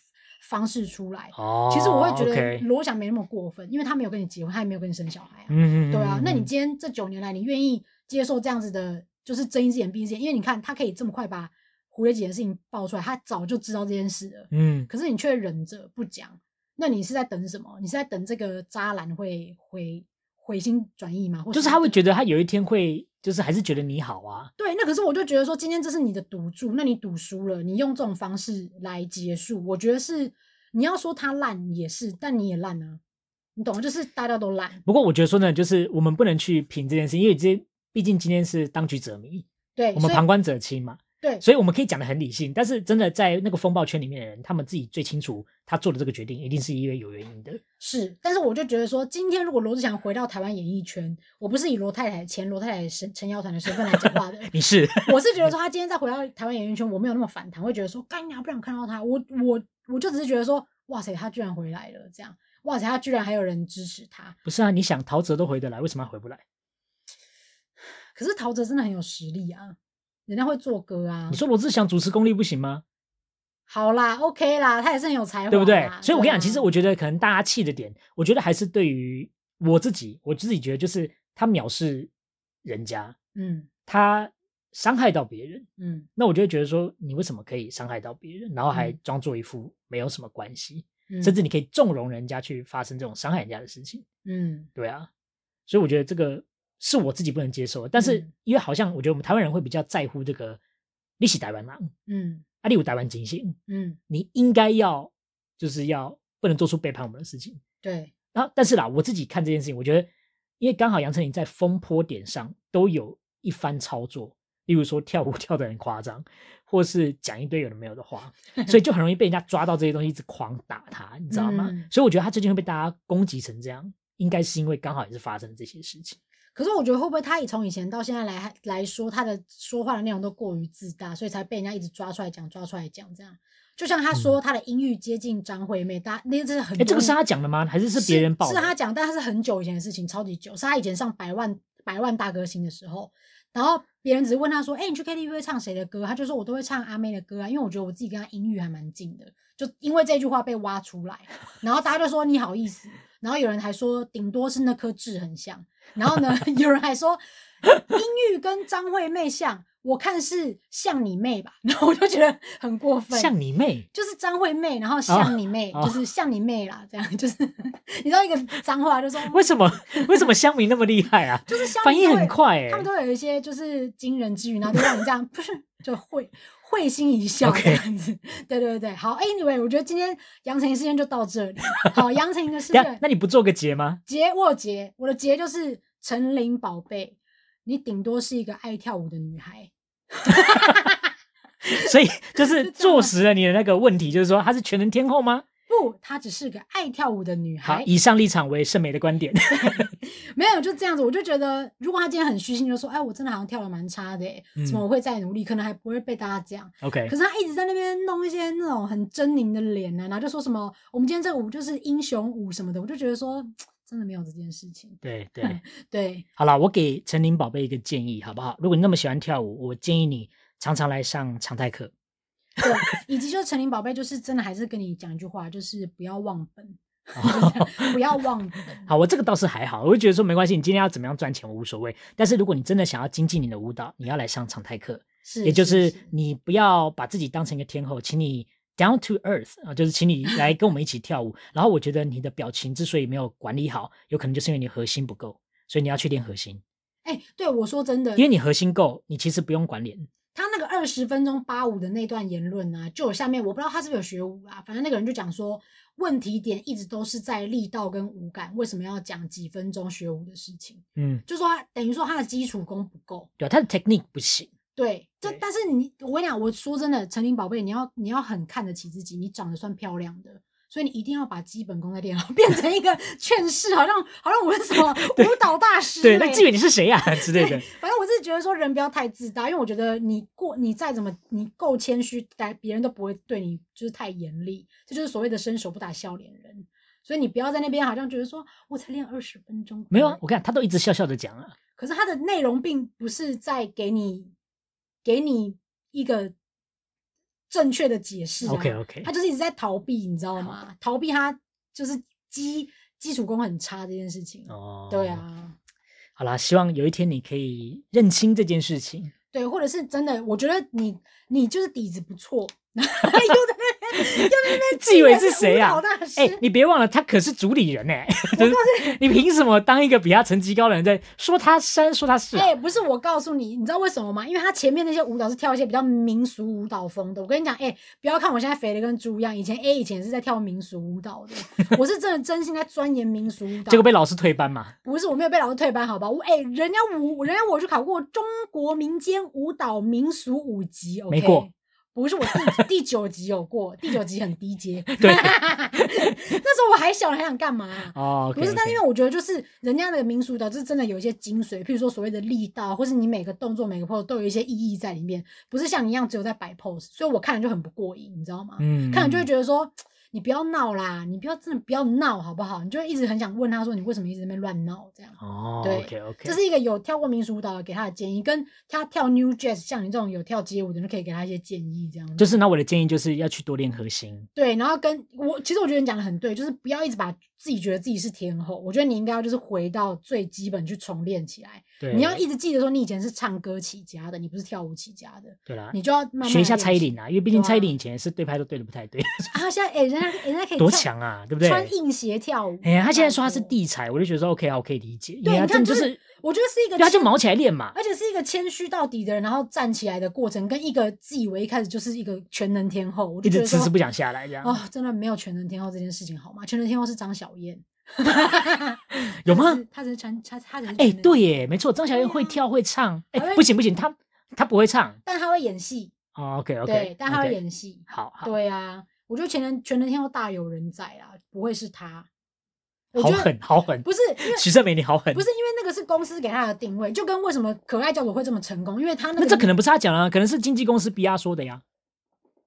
方式出来。哦，其实我会觉得嗯 OK 罗翔没那么过分，因为他没有跟你结婚，他也没有跟你生小孩啊。嗯，嗯对啊，那你嗯今天这九年来，你愿意接受这样子的就是睁一只眼闭一只眼，因为你看他可以这么快把蝴蝶姐的事情爆出来，他早就知道这件事了，嗯，可是你却忍着不讲，那你是在等什么？你是在等这个渣男会回回心转意吗？或就是他会得觉得他有一天会，就是还是觉得你好啊，对，那可是我就觉得说，今天这是你的赌注，那你赌输了，你用这种方式来结束，我觉得是你要说他烂也是，但你也烂啊，你懂吗？就是大家都烂，不过我觉得说呢，就是我们不能去评这件事，因为这毕竟今天是当局者迷，对，我们所以旁观者清嘛，对所以我们可以讲的很理性，但是真的在那个风暴圈里面的人，他们自己最清楚，他做的这个决定一定是因为有原因的。是，但是我就觉得说，今天如果罗志祥回到台湾演艺圈，我不是以罗太太前罗太太陈陈瑶团的身份来讲话的，你是 我是觉得说他今天再回到台湾演艺圈，我没有那么反弹，会觉得说干娘不想看到他，我我我就只是觉得说，哇塞，他居然回来了，这样，哇塞，他居然还有人支持他，不是啊？你想陶喆都回得来，为什么他回不来？可是陶喆真的很有实力啊，人家会做歌啊你，说罗志祥主持功力不行吗？好啦，OK 啦，他也是很有才华啦，对不对？所以我跟你啊讲，其实我觉得可能大家气的点，我觉得还是对于我自己，我自己觉得就是他藐视人家，嗯他伤害到别人，嗯那我就会觉得说，你为什么可以伤害到别人，然后还嗯装作一副没有什么关系，嗯，甚至你可以纵容人家去发生这种伤害人家的事情，嗯对啊。所以我觉得这个是我自己不能接受的，但是嗯因为好像我觉得我们台湾人会比较在乎这个你是台湾人，嗯啊，你有台湾精神，嗯，你应该要就是要不能做出背叛我们的事情。对，然后，但是啦，我自己看这件事情，我觉得，因为刚好杨丞琳在风波点上都有一番操作，例如说跳舞 跳得很夸张，或是讲一堆有的没有的话，所以就很容易被人家抓到这些东西，一直狂打他，你知道吗？嗯所以我觉得他最近会被大家攻击成这样，应该是因为刚好也是发生了这些事情。可是我觉得会不会他以从以前到现在来来说，他的说话的内容都过于自大，所以才被人家一直抓出来讲、抓出来讲这样。就像他说、他的音域接近张惠妹，大那真的很哎，多年。嗯这个是他讲的吗？还是是别人报是的？他讲，但他是很久以前的事情，超级久，是他以前上百万百万大歌星的时候，然后别人只是问他说：“哎、你去 KTV 会唱谁的歌？”他就说：“我都会唱阿妹的歌啊，因为我觉得我自己跟她音域还蛮近的。”就因为这句话被挖出来，然后大家就说：“你好意思？”然后有人还说：“顶多是那颗痣很像。”然后呢， 有人还说：“音域跟张惠妹像。”我看是像你妹吧，然后我就觉得很过分，像你妹，就是张惠妹，然后像你妹，哦就是像你妹啦，这样就是你知道一个脏话就说，为什么为什么乡民那么厉害 啊？就是乡反民应都很会，快哎、他们都会有一些就是惊人之语，然后就让你这样不是就会会心一笑 OK 这样子。对对对，好，Anyway，我觉得今天杨丞琳事件就到这里。好，杨丞琳的事等一下件，那你不做个结吗？结我有结，我的结就是陈琳宝贝，你顶多是一个爱跳舞的女孩。 所以就是是这样坐吗实了你的那个问题，就是说她是全能天后吗？不，她只是个爱跳舞的女好孩，。以上立场为圣美的观点。 没有，就这样子。我就觉得，如果他今天很虚心，就说：“哎，我真的好像跳的蛮差的、欸，嗯什么我会再努力，可能还不会被大家讲。”可 OK，是他一直在那边弄一些那种很狰狞的脸啊呢、然后就说什么“我们今天这舞就是英雄舞什么的”，我就觉得说，真的没有这件事情。对对，对，好了，我给陈琳宝贝一个建议，好不好？如果你那么喜欢跳舞，我建议你常常来上常态课。对， 以及就是陈琳宝贝，就是真的还是跟你讲一句话，就是不要忘 本，不要忘本。好，我这个倒是还好，我就觉得说没关系，你今天要怎么样赚钱我无所谓。但是如果你真的想要精进你的舞蹈，你要来上常态课，是，也就是是你不要把自己当成一个天后，请你 down to earth 啊，就是请你来跟我们一起跳舞。然后我觉得你的表情之所以没有管理好，有可能就是因为你核心不够，所以你要去练核心。哎、对我说真的因，为你核心够，你其实不用管脸。他那个二十分钟八五的那段言论啊，就有下面我不知道他是不是有学舞啊，反正那个人就讲说，问题点一直都是在力道跟舞感，为什么要讲几分钟学舞的事情？嗯，就说他等于说他的基础功不够。对啊，他的 technique 不行。对，这对但是你我跟你讲，我说真的，陈琳宝贝，你要你要很看得起自己，你长得算漂亮的。所以你一定要把基本功再练好，变 成一个劝世，好像好像我是什么舞蹈大师、对，欸。那志远你是谁呀、啊之类的。反正我是觉得说人不要太自大，因为我觉得你过你再怎么你够谦虚，但别人都不会对你就是太严厉，这就是所谓的伸手不打笑脸人。所以你不要在那边好像觉得说我才练二十分钟，没有啊，我看他都一直笑笑的讲啊。可是它的内容并不是在给你给你一个正确的解释、啊。 OK OK，他就是一直在逃避，你知道吗？逃避他就是基基础功很差这件事情。哦对，啊，好啦，希望有一天你可以认清这件事情。对，或者是真的，我觉得你你就是底子不错，然后 又在那边又在那边自以为是谁啊舞蹈大师，哎、你别忘了，他可是主理人哎、就是你凭什么当一个比他成绩高的人在说他山说他是、啊？哎、不是我告诉你，你知道为什么吗？因为他前面那些舞蹈是跳一些比较民俗舞蹈风的。我跟你讲，哎、不要看我现在肥的跟猪一样，以前 A 以前是在跳民俗舞蹈的，我是真的真心在钻研民俗舞蹈。 结果被老师退班 嘛？不是我没有被老师退班，好吧？我哎、人家舞，人家我去考过中国民间舞蹈民俗五级，OK？没过。不是我第第九集有过，第九集很低阶。对那时候我还小，还想干嘛、哦，OK，OK，不是，但是因为我觉得就是人家那个民俗的，就是真的有一些精髓，譬如说所谓的力道，或是你每个动作每个 pose 都有一些意义在里面，不是像你一样只有在摆 pose，所以我看了就很不过瘾，你知道吗？嗯，看了就会觉得说。你不要闹啦！你不要真的不要闹，好不好？你就会一直很想问他说，你为什么一直在那边乱闹这样？哦对，OK OK，这是一个有跳过民俗舞蹈的给他的建议，跟他跳 New Jazz，像你这种有跳街舞的，就可以给他一些建议这样子。就是那我的建议就是要去多练核心。对，然后跟我其实我觉得你讲的很对，就是不要一直把自己觉得自己是天后，我觉得你应该要就是回到最基本去重练起来。对，你要一直记得说你以前是唱歌起家的，你不是跳舞起家的，对啦，你就要慢慢学一下地练蔡依习林啊，因为毕竟对啊蔡依林以前是对拍都对的不太对，啊！现在哎、人家人家可以多跳强啊，对不对？穿硬鞋跳舞。哎呀，他现在说他是拜托，地才，我就觉得说 OK 啊，我可以理解，因对为他你看真的就是是我觉得是一个对啊他就谦毛起来练嘛。而且是一个谦虚到底的人，然后站起来的过程，跟一个自以为一开始就是一个全能天后， 我一就觉直得迟说迟不想下来，这样、哦，真的没有全能天后这件事情好吗？全能天后是张小燕， 有吗？他只是穿他他只是哎、全能对，耶，没错，张小燕对啊会跳会唱，哎、好嘞不行不行，她她不会唱。但他会演戏，哦，OK OK，对，但他会演戏，好好，对啊，我觉得全能全能天后大有人在啦，不会是他，我好觉得狠好狠，不是因为许正美你好狠，不是因为那个是公司给他的定位，就跟为什么可爱教主会这么成功，因为他那那个这可能不是他讲啊，可能是经纪公司逼他说的呀。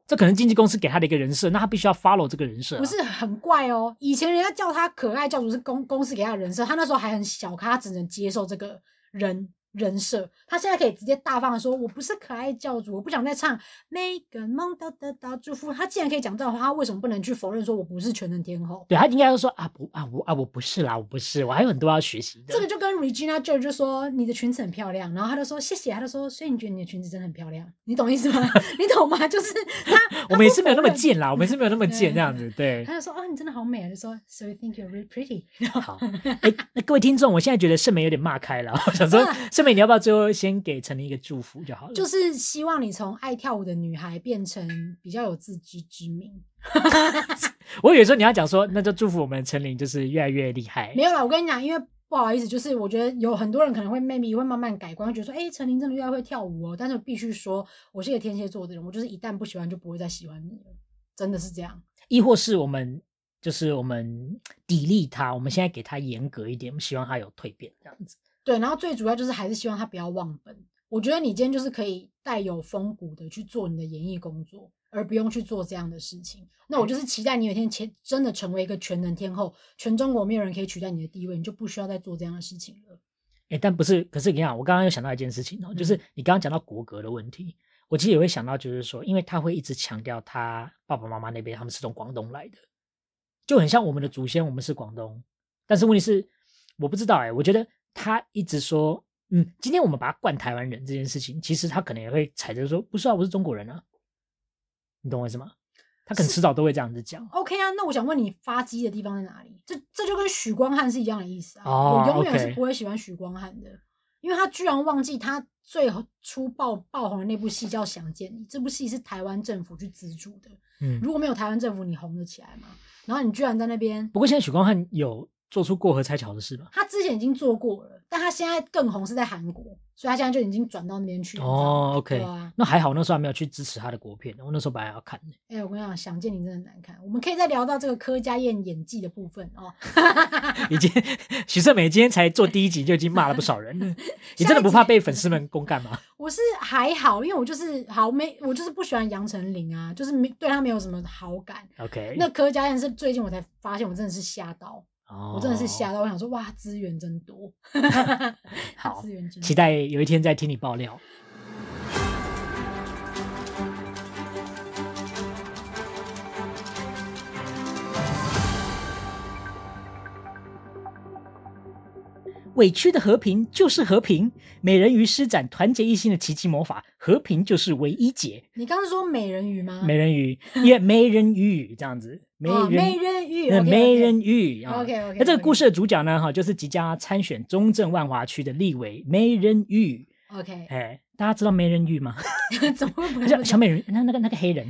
这可能经纪公司给他的一个人设，那他必须要 follow 这个人设、啊。不是很怪哦。啊以前人家叫他可爱教主是公公司给他的人设，他那时候还很小咖，他只能接受这个人人设。他现在可以直接大方的说：“我不是可爱教主，我不想再唱每个梦哒哒哒祝福。”他既然可以讲这种话，他为什么不能去否认说我不是全能天后？对他应该要说啊不啊我啊我不是啦，我不是，我还有很多要学习的。这个就跟 Regina George 就说你的裙子很漂亮，然后他就说谢谢，他就说所以你觉得你的裙子真的很漂亮，你懂意思吗？ 你懂吗？就是他， 我们也是没有那么贱。贱啦，我们也是没有 那么贱这样子。对，他就说：“哦，你真的好美啊！”就说：“So you think you're really pretty？” 好，哎，那各位听众，我现在觉得盛美有点骂开了，我想说 啊，盛美你要不要最后先给陈琳一个祝福就好了？就是希望你从爱跳舞的女孩变成比较有自知之明。我有时候你要讲说，那就祝福我们陈琳就是越来越厉害没。有啦，我跟你讲，因为不好意思，就是我觉得有很多人可能会 maybe 会慢慢改观，会觉得说，哎、陈琳真的越来越会跳舞哦。但是我必须说，我是一个天蝎座的人，我就是一旦不喜欢就不会再喜欢你了，真的是这样。亦或是我们就是我们砥砺他，我们现在给他严格一点，我们希望他有蜕变这样子。对，然后最主要就是还是希望他不要忘本。我觉得你今天就是可以带有风骨的去做你的演艺工作，而不用去做这样的事情。那我就是期待你有一天前真的成为一个全能天后，全中国没有人可以取代你的地位，你就不需要再做这样的事情了。哎，但不是，可是你看，我刚刚又想到一件事情哦，就是你刚刚讲到国格的问题，我其实也会想到，就是说，因为他会一直强调他爸爸妈妈那边他们是从广东来的，就很像我们的祖先，我们是广东。但是问题是，我不知道哎，我觉得他一直说，嗯，今天我们把他灌台湾人这件事情，其实他可能也会踩着说，不是啊，我是中国人啊，你懂我意思吗？他可能迟早都会这样子讲。 OK 啊，那我想问你发迹的地方在哪里？这这就跟许光汉是一样的意思啊。哦我永远是 OK 不会喜欢许光汉的，因为他居然忘记他最初爆爆红的那部戏叫《想见你》，这部戏是台湾政府去资助的。嗯，如果没有台湾政府，你红得起来吗？然后你居然在那边，不过现在许光汉有做出过河拆桥的事吧？他之前已经做过了，但他现在更红是在韩国，所以他现在就已经转到那边去了。哦你，OK，知道吗对啊，那还好，那时候还没有去支持他的国片，我那时候本来要看的。哎、我跟你讲，《想见你》真的很难看。我们可以再聊到这个柯佳燕演技的部分哦。已经 许胜美今天才做第一集就已经骂了不少 人了，你真的不怕被粉丝们公干吗？我是还好，因为我就是好没，我就是不喜欢杨丞琳啊，就是没对她没有什么好感。 ？OK， 那柯佳燕是最近我才发现，我真的是吓到，我我真的是吓到，我想说哇，资源真多， 好资源真多期。待有一天再听你爆料。委屈的和平就是和平，美人鱼施展团结一心的奇迹魔法，和平就是唯一解。你刚刚说美人鱼吗？美人鱼，也美人鱼这样子，美哦人美人鱼那，OK，OK 美人鱼啊。 OK，OK，那这个 OK 故事的主角呢，哈，就是即将参选中正万华区的立委美人鱼。 OK， 哎，大家知道美人鱼吗？怎么会不小是小美人，那那个那个黑 人。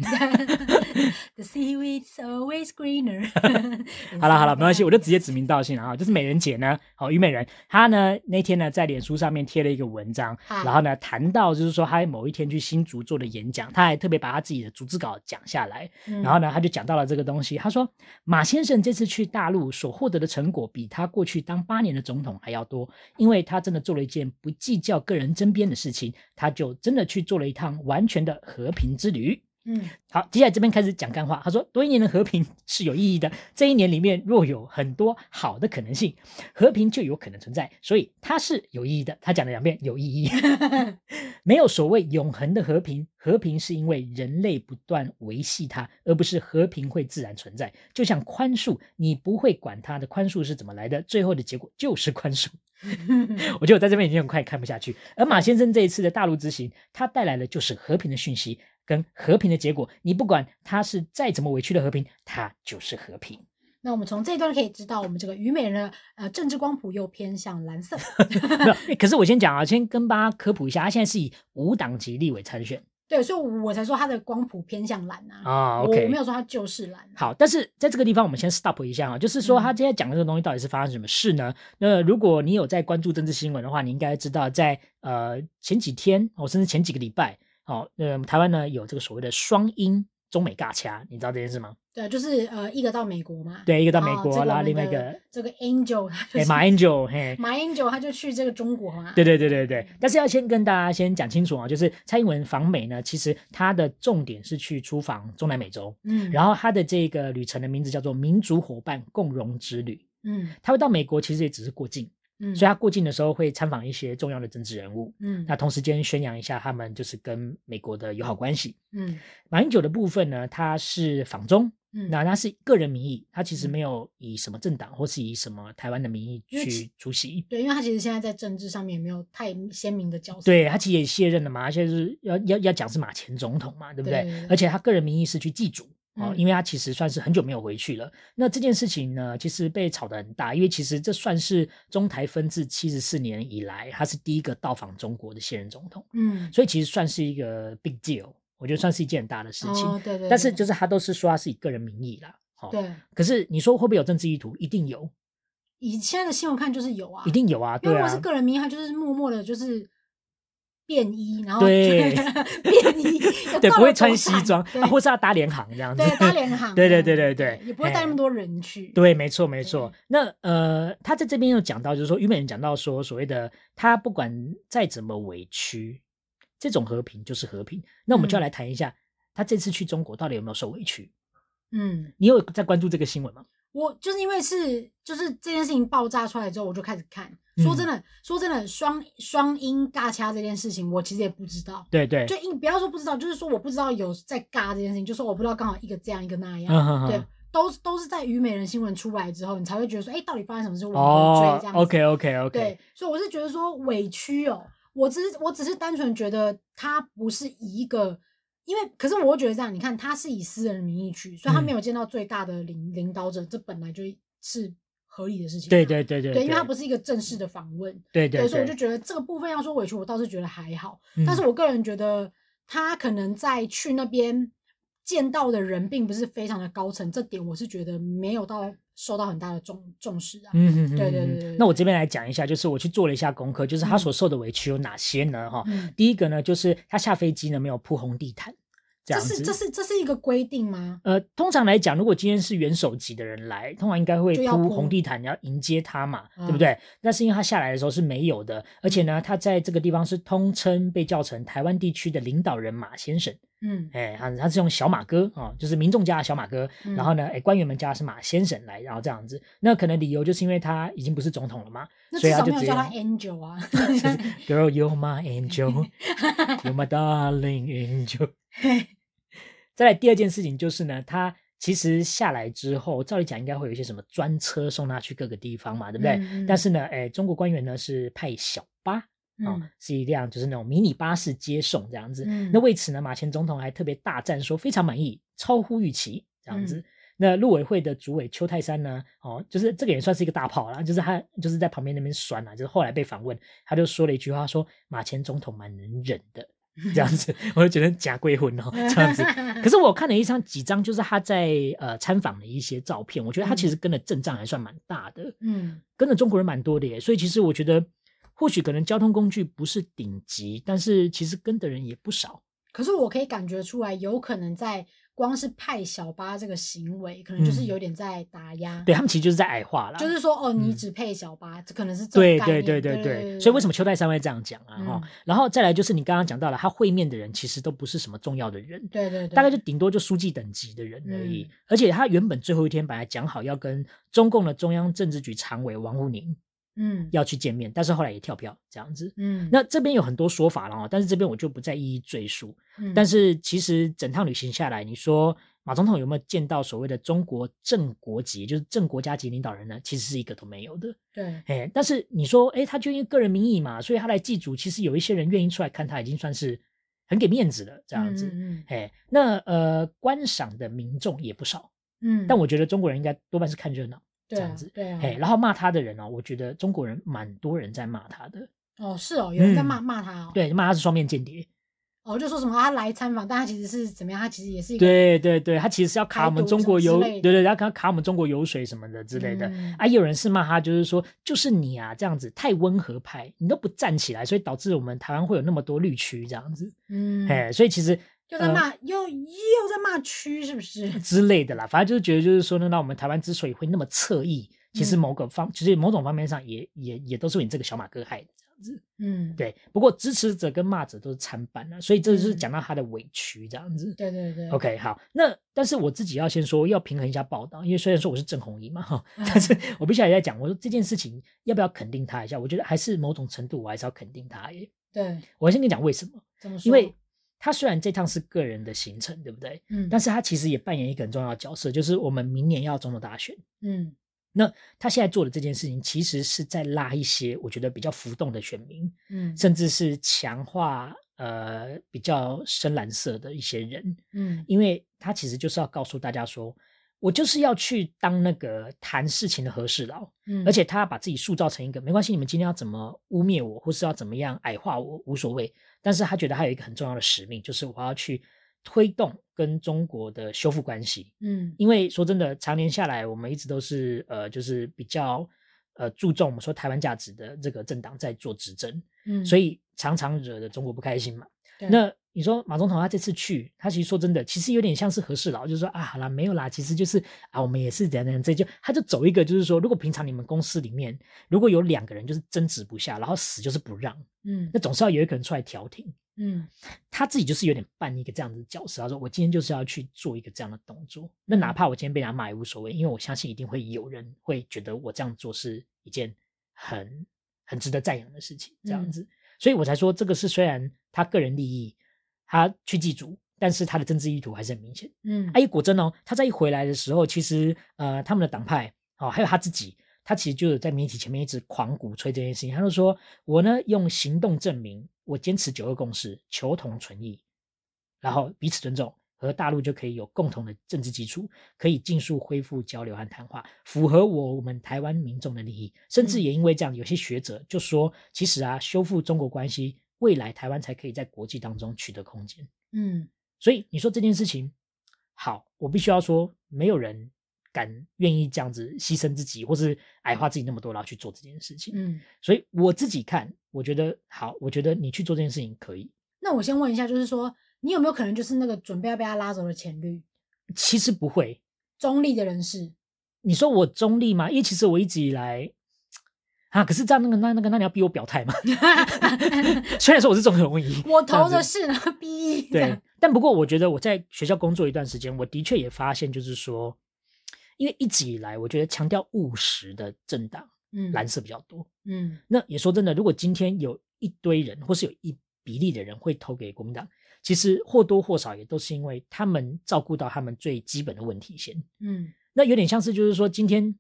？The seaweed's always greener 。 好了 好了，没关系，我就直接指名道姓了啊，就是美人姐呢，好虞美人，她呢那天呢在脸书上面贴了一个文章，啊然后呢谈到就是说她某一天去新竹做的演讲，她还特别把她自己的逐字稿讲下来，嗯。然后呢她就讲到了这个东西，她说马先生这次去大陆所获得的成果比他过去当八年的总统还要多，因为他真的做了一件不计较个人争辩的事情，他就真的去做了一趟完全的和平之旅。嗯，好，接下来这边开始讲干话。他说，多一年的和平是有意义的。这一年里面，若有很多好的可能性，和平就有可能存在，所以它是有意义的。他讲了两遍有意义，没有所谓永恒的和平，和平是因为人类不断维系它，而不是和平会自然存在。就像宽恕，你不会管它的宽恕是怎么来的，最后的结果就是宽恕。嗯我觉得我在这边已经很快看不下去。而马先生这一次的大陆之行，他带来的就是和平的讯息跟和平的结果。你不管他是再怎么委屈的和平，他就是和 平。 那我们从这一段可以知道，我们这个虞美人的呃政治光谱又偏向 蓝色。没有可是我先讲啊，先跟大家科普一下，他现在是以无党籍立委参选对，所以我才说他的光谱偏向蓝啊。啊。我 OK，我没有说他就是蓝。啊好，但是在这个地方，我们先 stop 一下啊，就是说嗯他今天讲的这个东西到底是发生什么事呢？那如果你有在关注政治新闻的话，你应该知道在，呃前几天哦，甚至前几个礼拜哦，呃，台湾呢有这个所谓的双英中美尬掐，你知道这件事吗？对，就是呃，一个到美国嘛，对，一个哦，到美国，这我然后们另外一的 嗯个这个 Angel，他就哎是马 angel 嘿。马英九他就去这个中国嘛。对对对对对，但是要先跟大家先讲清楚啊，就是蔡英文访美呢，其实它的重点是去出访中南美洲，嗯，然后它的这个旅程的名字叫做民族伙伴共荣之旅。嗯他会到美国，其实也只是过境，嗯，所以他过境的时候会参访一些重要的政治人物，嗯那同时间宣扬一下他们就是跟美国的友好关系。嗯马英九的部分呢，他是访中，嗯，那他是个人名义，他其实嗯没有以什么政党或是以什么台湾的名义因为去其出席。对，因为他其实现在在政治上面也没有太鲜明的角色。对他其实也卸任了嘛，而且是要要要讲是马前总统嘛，对不对？对对对而且他个人名义是去祭祖。哦，嗯因为他其实算是很久没有回去了。那这件事情呢，其实被炒得很大，因为其实这算是中台分治七十四年以来，他是第一个到访中国的现任总统，嗯，所以其实算是一个 big deal，我觉得算是一件很大的事情。哦，对对，但是对就是他都是说他是以个人名义啦，哦，对，可是你说会不会有政治意图？一定有，以现在的新闻看就是有啊，一定有啊，因对为如啊。果是个人名，他就是默默的，就是便衣，然后对 便 衣，有对，到不会了穿多西散装，对啊，或是要搭联行这样子。对搭联行，对对这对对样对也不会带那哎么多人去，对，没错，没错对。那呃，他在这边又讲到，就是说虞美人讲到说，所谓的他不管再怎么委屈，这种和平就是和平。那我们就要嗯来谈一下，他这次去中国到底有没有受委屈？嗯，你有在关注这个新闻吗？我就是因为是就是这件事情爆炸出来之后，我就开始看。说嗯真的，说真的，双双音尬掐这件事情，我其实也不知道。对对，就因不要说不知道，就是说我不知道有在尬这件事情，就是我不知道刚好一个这样一个那样，嗯哼啊对哼，都都是在虞美人新闻出来之后，你才会觉得说，哎、到底发生什么事，我们会追哦这样子。 ，OK OK OK，对，所以我是觉得说委屈哦，我只是我只是单纯觉得他不是以一个，因为可是我会觉得这样，你看他是以私人名义去，所以他嗯没有见到最大的领领导者，这本来就是合理的事情啊。对对对对对，因为他不是一个正式的访问，对对所以我就对，觉得这个部分要说委屈，我倒是觉得还好，嗯但是我个人觉得他可能在去那边。见到的人并不是非常的高层，这点我是觉得没有到受到很大的重重视啊。嗯哼哼对对哼对哼对对那我这边来讲一下，就是我去做了一下功课，就是他嗯所受的委屈有哪些呢？哈，嗯，第一个呢，就是他下飞机呢没有铺红地毯，这这样子。是这是这是一个规定吗？呃，通常来讲，如果今天是元首级的人来，通常应该会就要铺铺红地毯，你要迎接他嘛，对不嗯对？但是因为他下来的时候是没有的，而且呢，他在这个地方是通称被叫成台湾地区的领导人马先生，嗯哎，他他是用小马哥啊、就是民众家的小马哥，然后嗯呢，哎，官员们家是马先生来，然后这样子，那可能理由就是因为他已经不是总统了嘛，那所至以他少就没有直接叫他用 Angel 啊。就是 Girl, you're my angel, you're my darling angel 。再来第二件事情就是呢，他其实下来之后，照理讲应该会有一些什么专车送他去各个地方嘛， 对不对？嗯嗯但是呢，哎，中国官员呢是派小巴啊、嗯是一辆就是那种迷你巴士接送这样子。嗯那为此呢，马前总统还特别大赞说非常满意，超乎预期这样嗯子。那陆委会的主委邱泰山呢，哦，就是这个也算是一个大炮啦，就是他就是在旁边那边酸啊，就是后来被访问，他就说了一句话说马前总统蛮能忍的嗯这 样子，我就觉得假鬼魂哦这样子。可是我看了一张几张，就是他在呃参访的一些照片，我觉得他其实跟的阵仗还算蛮大的，嗯跟着中国人蛮多的耶。所以其实我觉得，或许可能交通工具不是顶级，但是其实跟的人也不少。可是我可以感觉出来，有可能在光是派小巴这个行为，可能就是嗯有点在打压。对他们其实就是在矮化啦，就是说，哦，你嗯只配小巴，这可能是这对种对概念。对对对对。所以为什么邱泰山会这样讲啊？哈、嗯，然后再来就是你刚刚讲到了，他会面的人其实都不是什么重要的人，对对对，大概就顶多就书记等级的人而已。嗯而且他原本最后一天本来讲好要跟中共的中央政治局常委王沪宁嗯要去见面，但是后来也跳票这样子。嗯，那这边有很多说法了哦，但是这边我就不再一一赘述。嗯但是其实整趟旅行下来，你说马总统有没有见到所谓的中国正国级，就是正国家级领导人呢？其实是一个都没有的。对哎，但是你说，哎，他就因为个人名义嘛，所以他来祭祖，其实有一些人愿意出来看他，已经算是很给面子了，这样子。嗯嗯哎，那呃，观赏的民众也不少，嗯，嗯但我觉得中国人应该多半是看热闹。对这样啊子对啊，哎，然后骂他的人哦，我觉得中国人蛮多人在骂他的，哦是哦，有人在嗯骂骂他哦，，对，骂他是双面间谍，哦就说什么他来参访，但他其实是怎么样，他其实也是一个对对对，他其实是要卡台我们独中什么国之油，类对的对，要卡卡我们中国油水什么的之类的。嗯啊，也有人是骂他，就是说，就是你啊，这样子太温和派，你都不站起来，所以导致我们台湾会有那么多绿区这样子，嗯，哎，所以其实又在呃骂又又在骂区是不是？之类的啦，反正就是觉得就是说呢，那我们台湾之所以会那么侧翼，其实嗯某个方，其实某种方面上也也也都是你这个小马哥害的这样子。嗯，对，不过支持者跟骂者都是参半啊，所以这就是嗯讲到他的委屈这样子。对对对 OK，好，那但是我自己要先说，要平衡一下报道，因为虽然说我是郑红怡嘛哈，嗯但是我必须还在讲，我说这件事情要不要肯定他一下？我觉得还是某种程度我还是要肯定他耶。对，我先跟你讲为什么，怎么说？因为他虽然这趟是个人的行程，对不对？嗯，但是他其实也扮演一个很重要的角色，就是我们明年要总统大选，嗯那他现在做的这件事情，其实是在拉一些我觉得比较浮动的选民，嗯甚至是强化呃比较深蓝色的一些人，嗯因为他其实就是要告诉大家说，我就是要去当那个谈事情的和事佬，嗯，而且他把自己塑造成一个没关系，你们今天要怎么污蔑我，或是要怎么样矮化我无所谓，但是他觉得他有一个很重要的使命，就是我要去推动跟中国的修复关系，嗯因为说真的，常年下来，我们一直都是呃，就是比较呃注重我们说台湾价值的这个政党在做执政，嗯，所以以常常惹得中国不开心嘛。那你说马总统他这次去，他其实说真的，其实有点像是和事佬，就是说啊，好啦，没有啦，其实就是啊，我们也是怎样怎样，这就他就走一个，就是说，如果平常你们公司里面如果有两个人就是争执不下，然后死就是不让，嗯那总是要有一个人出来调停。嗯他自己就是有点扮一个这样子的角色，他说我今天就是要去做一个这样的动作，那哪怕我今天被人家骂也无所谓，因为我相信一定会有人会觉得我这样做是一件很很值得赞扬的事情，这样嗯子，所以我才说这个是虽然他个人利益他去祭祖，但是他的政治意图还是很明显。嗯哎，果真哦，他在一回来的时候，其实呃，他们的党派哦，还有他自己，他其实就有在媒体前面一直狂鼓吹这件事情。他就说：“我呢，用行动证明我坚持九二共识，求同存异，然后彼此尊重，和大陆就可以有共同的政治基础，可以尽速恢复交流和谈话，符合我我们台湾民众的利益。甚至嗯也因为这样，有些学者就说，其实啊，修复中国关系，未来台湾才可以在国际当中取得空间。”嗯所以你说这件事情好，我必须要说，没有人敢愿意这样子牺牲自己，或是矮化自己那么多，然后去做这件事情。嗯。所以我自己看，我觉得好，我觉得你去做这件事情可以。那我先问一下，就是说你有没有可能就是那个准备要被他拉走的前律，其实不会，中立的人士？你说我中立吗？因为其实我一直以来。啊！可是这样，那个、那、那个，那你要逼我表态吗？ 虽然说我是中文一，我投这的样子是那个 B，这对样，但不过我觉得我在学校工作一段时间，我的确也发现，就是说，因为一直以来，我觉得强调务实的政党嗯蓝色比较多。嗯那也说真的，如果今天有一堆人，或是有一比例的人会投给国民党，其实或多或少也都是因为他们照顾到他们最基本的问题先。嗯那有点像是就是说，今天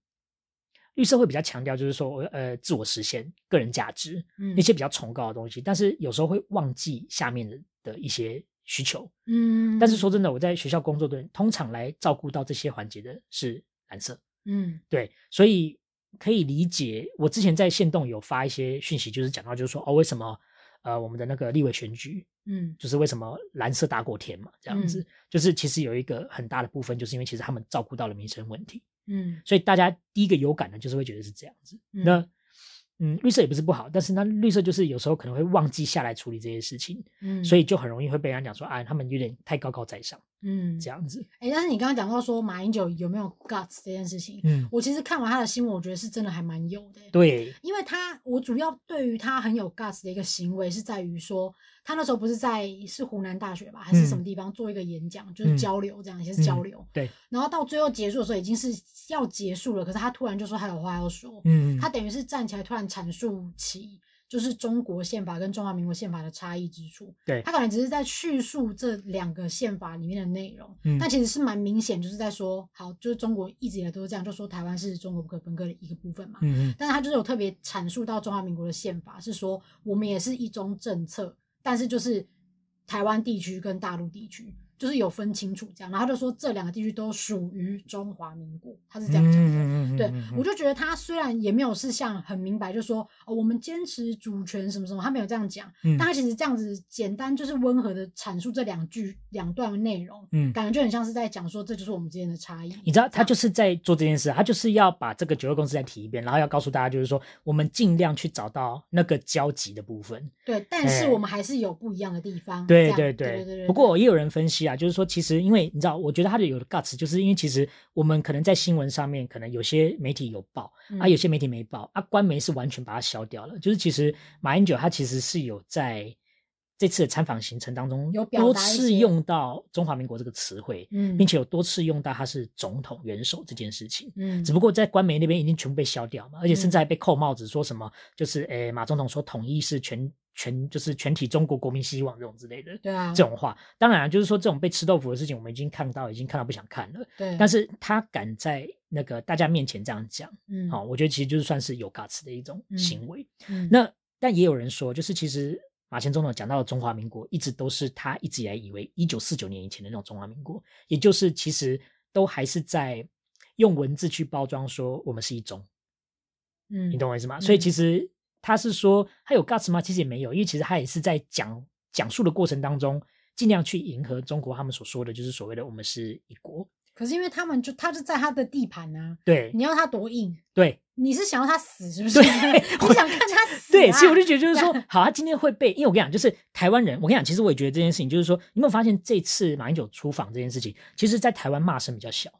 绿社会比较强调就是说，呃，自我实现、个人价值嗯，那些比较崇高的东西，但是有时候会忘记下面的的一些需求。嗯，但是说真的，我在学校工作的人，通常来照顾到这些环节的是蓝色，嗯对，所以可以理解。我之前在线动有发一些讯息，就是讲到就是说，哦，为什么呃我们的那个立委选举，嗯就是为什么蓝色大过天嘛，这样子，嗯就是其实有一个很大的部分，就是因为其实他们照顾到了民生问题，嗯，所以大家第一个有感的就是会觉得是这样子。嗯那嗯，绿色也不是不好，但是那绿色就是有时候可能会忘记下来处理这些事情，嗯所以就很容易会被人家讲说啊，他们有点太高高在上嗯这样。样子。哎、但是你刚刚讲到说马英九有没有 guts 这件事情，嗯，我其实看完他的新闻，我觉得是真的还蛮有的、对，因为他，我主要对于他很有 guts 的一个行为是在于说，他那时候不是在是湖南大学吧，还是什么地方做一个演讲，就嗯是交流这样，也是嗯交流。对，然后到最后结束的时候，已经是要结束了，可是他突然就说他有话要说，嗯，他等于是站起来突然阐述起就是中国宪法跟中华民国宪法的差异之处。对他感觉只是在叙述这两个宪法里面的内容，嗯但其实是蛮明显，就是在说，好，就是中国一直以来都是这样，就说台湾是中国不可分割的一个部分嘛。嗯嗯但是他就是有特别阐述到中华民国的宪法，是说我们也是一中政策，但是就是台湾地区跟大陆地区就是有分清楚这样，然后他就说这两个地区都属于中华民国，他是这样讲的。嗯对，我就觉得他虽然也没有是像很明白，就说哦，我们坚持主权什么什么，他没有这样讲，嗯但他其实这样子简单就是温和的阐述这两句两段内容，嗯感觉就很像是在讲说这就是我们之间的差异。你知道他就是在做这件事，他就是要把这个九二共识再提一遍，然后要告诉大家，就是说我们尽量去找到那个交集的部分。对，但是哎我们还是有不一样的地方。这对样对对对对对。不过也有人分析啊，就是说其实因为你知道，我觉得他的有的 guts，就是因为其实我们可能在新闻上面，可能有些媒体有报啊，嗯有些媒体没报啊，官媒是完全把它消掉了。就是其实马英九他其实是有在。这次的参访行程当中，有表多达一次些用到“中华民国”这个词汇，嗯，并且有多次用到他是总统元首这件事情。嗯，只不过在官媒那边已经全部被消掉嘛，而且甚至嗯还被扣帽子，说什么就是诶、马总统说统一是全全就是全体中国国民希望这种之类的对啊，这种话。当然啊、就是说这种被吃豆腐的事情，我们已经看到，已经看到不想看了。对，但是是他敢在那个大家面前这样讲，嗯好、，我觉得其实就是算是有 guts 的一种行为。嗯那但也有人说，就是其实。马前总统讲到的中华民国，一直都是他一直以来以为一九四九年以前的那种中华民国，也就是其实都还是在用文字去包装说我们是一中，嗯，你懂我意思吗？所以嗯其实他是说他有 guts 吗？其实也没有，因为其实他也是在讲讲述的过程当中，尽量去迎合中国他们所说的，就是所谓的我们是一国。可是因为他们就他就在他的地盘啊，对你要他多硬？对你是想要他死是不是？对 你想看他死、啊？，对，所以我就觉得就是说 好，他今天会被，因为我跟你讲，就是台湾人，我跟你讲，其实我也觉得这件事情，就是说，你有没有发现这次马英九出访这件事情，其实在台湾骂声比较小，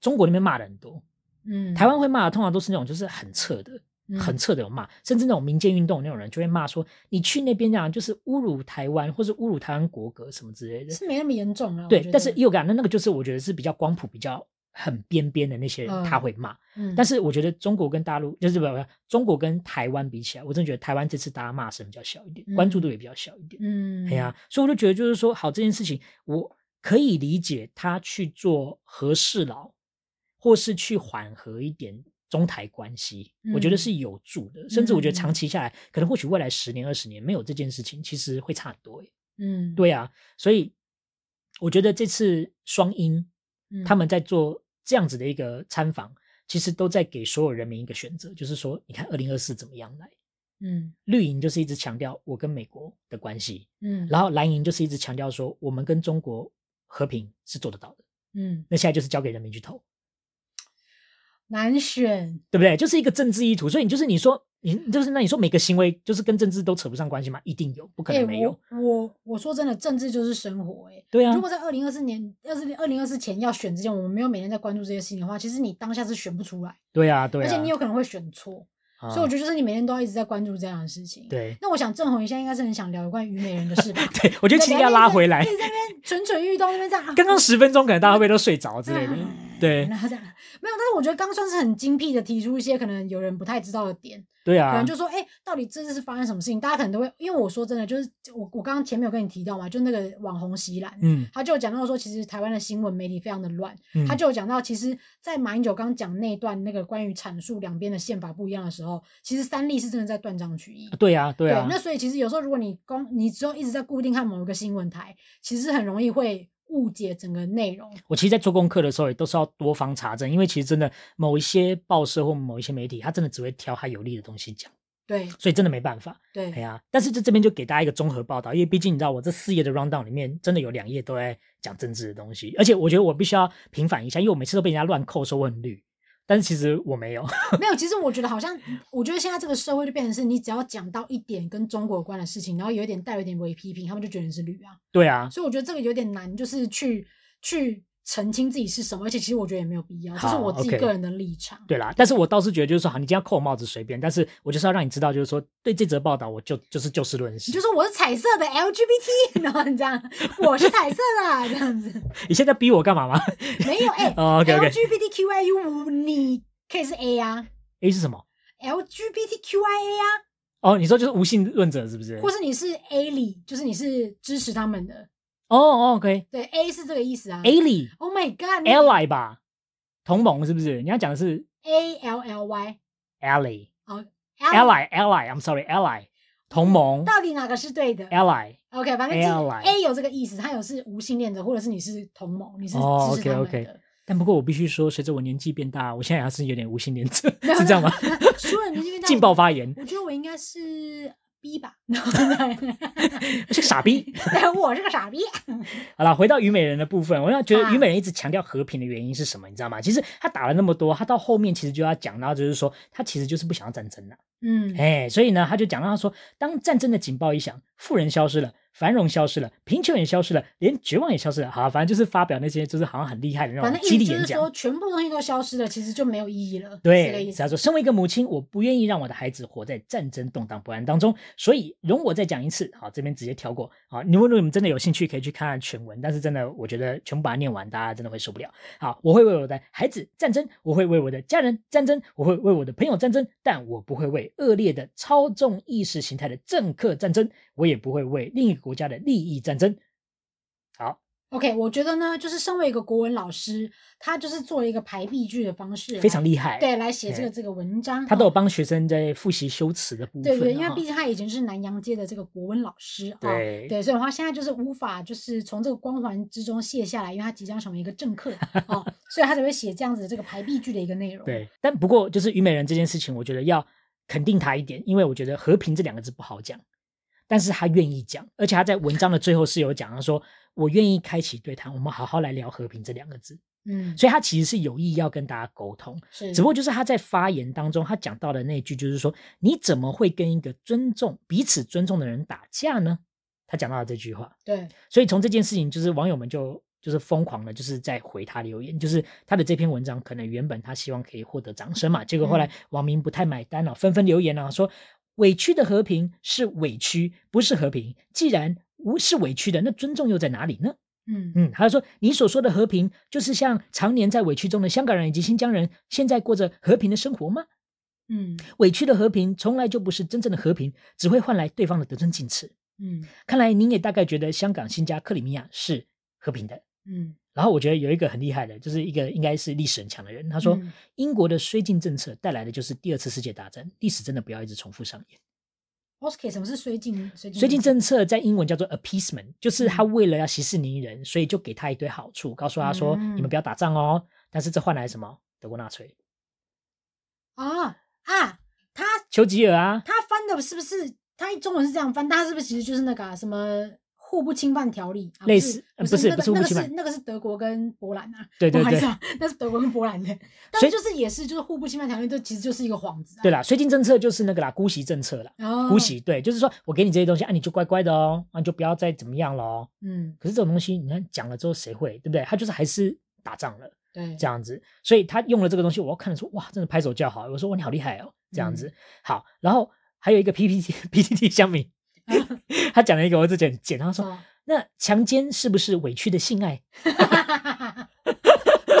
中国那边骂的很多，嗯，台湾会骂的通常都是那种就是很侧的，嗯很彻的有骂，甚至那种民间运动那种人就会骂说，你去那边啊，就是侮辱台湾或者侮辱台湾国格什么之类的。是没那么严重啊。我对觉，但是得又感那那个就是我觉得是比较光谱比较很边边的那些人嗯他会骂，嗯，但是是我觉得中国跟大陆就是不不，中国跟台湾比起来，我真的觉得台湾这次大家骂声比较小一点，关注度也比较小一点。嗯，哎呀、所以我就觉得就是说，好这件事情，我可以理解他去做和事佬，或是去缓和一点中台关系，我觉得嗯是有助的。甚至我觉得嗯长期下来，可能或许未来十年、二十年没有这件事情，其实会差很多、欸。嗯，对啊，所以我觉得这次双英嗯，他们在做这样子的一个参访，其实都在给所有人民一个选择，就是说，你看二零二四怎么样来。嗯绿营就是一直强调我跟美国的关系，嗯，然后蓝营就是一直强调说，我们跟中国和平是做得到的。嗯那现在就是交给人民去投，难选，对不对？就是一个政治意图，所以你就是你说你就是那你说每个行为就是跟政治都扯不上关系吗？一定有，不可哎、能没有。我我我说真的，政治就是生活、哎。对啊如，果在二零二四年、二四二零二四前要选之前，我们没有每天在关注这些事情的话，其实你当下是选不出来，对啊，对啊。而且你有可能会选错。啊，所以我觉得，就是你每天都要一直在关注这样的事情。。对 那我想郑红一下应该是很想聊有关虞美人的事吧？对，我觉得其实要拉回来一。直在那边蠢蠢欲动，那边在啊刚刚十分钟可能大家会不会都睡着之类的哎。 对然后这样没有，但是我觉得刚算是很精辟的提出一些可能有人不太知道的点，对可啊能，就说，哎、到底这次是发生什么事情？大家可能都会，因为我说真的，就是我我刚刚前面有跟你提到嘛，就那个网红席兰，嗯他就有讲到说，其实台湾的新闻媒体非常的乱，嗯，他就有讲到，其实，在马英九刚讲那段那个关于阐述两边的宪法不一样的时候，其实三立是真的在断章取义。对啊，对啊，那所以其实有时候如果你光你只有一直在固定看某一个新闻台，其实很容易会误解整个内容。我其实，在做功课的时候也都是要多方查证，因为其实真的某一些报社或某一些媒体，他真的只会挑他有利的东西讲，对所以真的没办法。对哎呀，但是这这边就给大家一个综合报道，因为毕竟你知道，我这四页的 round down 里面真的有两页都在讲政治的东西，而且我觉得我必须要平反一下，因为我每次都被人家乱扣说我很绿，但是其实我没有。 没有，其实我觉得好像，我觉得现在这个社会就变成是你只要讲到一点跟中国有关的事情，然后有一点带有一点微批评，他们就觉得你是绿啊。对啊，所以我觉得这个有点难，就是去去澄清自己是什么，而且其实我觉得也没有必要，这是好我自己 OK 个人的立场。对啦，但是我倒是觉得就是说，好，你今天要扣我帽子随便，但是我就是要让你知道，就是说对这则报道，我就就是就事论事。你就说我是彩色的 LGBT，然后 你这样，我是彩色的这样子，你现在逼我干嘛吗 没有哎、哦，OK，OK LGBTQIU 你可以是 A 啊？A 是什么？ ，LGBTQIA 啊，哦，你说就是无性论者是不是？或是你是 A 里，就是你是支持他们的，哦哦，OK，A 对 A 是这个意思啊。里 Oh my god！你 ally 吧，同盟是不是？你要讲的是 A L L Y ally 哦 ally ally，I'm sorry ally 同盟到底哪个是对的 ally。 ？OK，反正就是 Ally A 有这个意思，它有是无性恋者，或者是你是同盟，你是哦支持他们的。 OK，OK 但不过我必须说，随着我年纪变大，我现在还是有点无性恋者， 没有是这样吗？？没有没有除了你这 边劲爆，发言，我觉得我应该是 B 吧。 对，是个傻逼。我是个傻逼。好啦，回到虞美人的部分，我要觉得啊虞美人一直强调和平的原因是什么，你知道吗？其实他打了那么多，他到后面其实就要讲到，就是说他其实就是不想要战争了、嗯，哎，所以呢，他就讲到他说，当战争的警报一响，富人消失了，繁荣消失了，贫穷也消失了，连绝望也消失了。好啊，反正就是发表那些就是好像很厉害的那反种正激意思励就演是讲说，。全部东西都消失了，其实就没有意义了。这个对意，思他。说，身为一个母亲，我不愿意让我的孩子活在战争动荡不安当中，所以容我再讲一次，好，这边直接跳过。好，你们如果你们真的有兴趣，可以去看看全文，但是真的，我觉得全部把它念完，大家真的会受不了。好，我会为我的孩子战争，我会为我的家人战争，我会为我的朋友战争，但我不会为恶劣的操纵意识形态的政客战争，我也不会为另一个国家的利益战争。好， OK，我觉得呢，就是身为一个国文老师，他就是做了一个排比句的方式，非常厉害，啊对，来写这个哎这个文章，他都有哦帮学生在复习修辞的部分对啊。对，因为毕竟他以前是南洋街的这个国文老师啊，对对，所以的话现在就是无法就是从这个光环之中卸下来，因为他即将成为一个政 客啊，所以他才会写这样子的这个排比句的一个内容。，对，但不过就是虞美人这件事情，我觉得要肯定他一点，因为我觉得和平这两个字不好讲，但是他愿意讲，而且他在文章的最后是有讲，他说我愿意开启对谈，我们好好来聊和平这两个字，嗯，所以他其实是有意要跟大家沟通，是，只不过就是他在发言当中，他讲到的那一句就是说，你怎么会跟一个尊重彼此尊重的人打架呢？他讲到了这句话，对，所以从这件事情，就是网友们就就是疯狂的，就是在回他留言，就是他的这篇文章可能原本他希望可以获得掌声嘛，结果后来嗯网民不太买单了、纷纷留言啊，说委屈的和平是委屈，不是和平。既然无是委屈的，那尊重又在哪里呢？嗯，嗯，他说你所说的和平，就是像常年在委屈中的香港人以及新疆人，现在过着和平的生活吗？嗯，委屈的和平从来就不是真正的和平，只会换来对方的得寸进尺。嗯，看来您也大概觉得香港、新加、克里米亚是和平的。嗯，然后我觉得有一个很厉害的，就是一个应该是历史很强的人，他说、嗯英国的绥靖政策带来的就是第二次世界大战，历史真的不要一直重复上演。 ，Oscar 什么是绥靖？绥绥靖政政策在英文叫做嗯 appeasement，就是他为了要息事宁人，所以就给他一堆好处，告诉他说、嗯你们不要打仗哦。但是这换来什么？德国纳粹，啊啊，他丘吉尔 啊，他翻的是不是他中文是这样翻？但他是不是其实就是那个、啊、什么互不侵犯条例？啊、类似不呃不是那不个是互不那个侵是犯那个是德国跟波兰啊，对对不好意对思啊， 那是德国跟波兰的，但所以是就是也是就是互不侵犯条例，这其实就是一个幌子、啊。对啦，绥靖政策就是那个啦，姑息政策啦，哦，姑息对，就是说我给你这些东西，啊你就乖乖的哦，啊你就不要再怎么样了哦。嗯，可是这种东西，你看讲了之后谁会，对不对？他就是还是打仗了。对，这样子，所以他用了这个东西，我要看的说，哇，真的拍手叫好，我说哇，你好厉害哦，这样子。好， 然后还有一个 PPT PPT 香米，他讲了一个我之前很贱，他说哦那强奸是不是委屈的性爱？不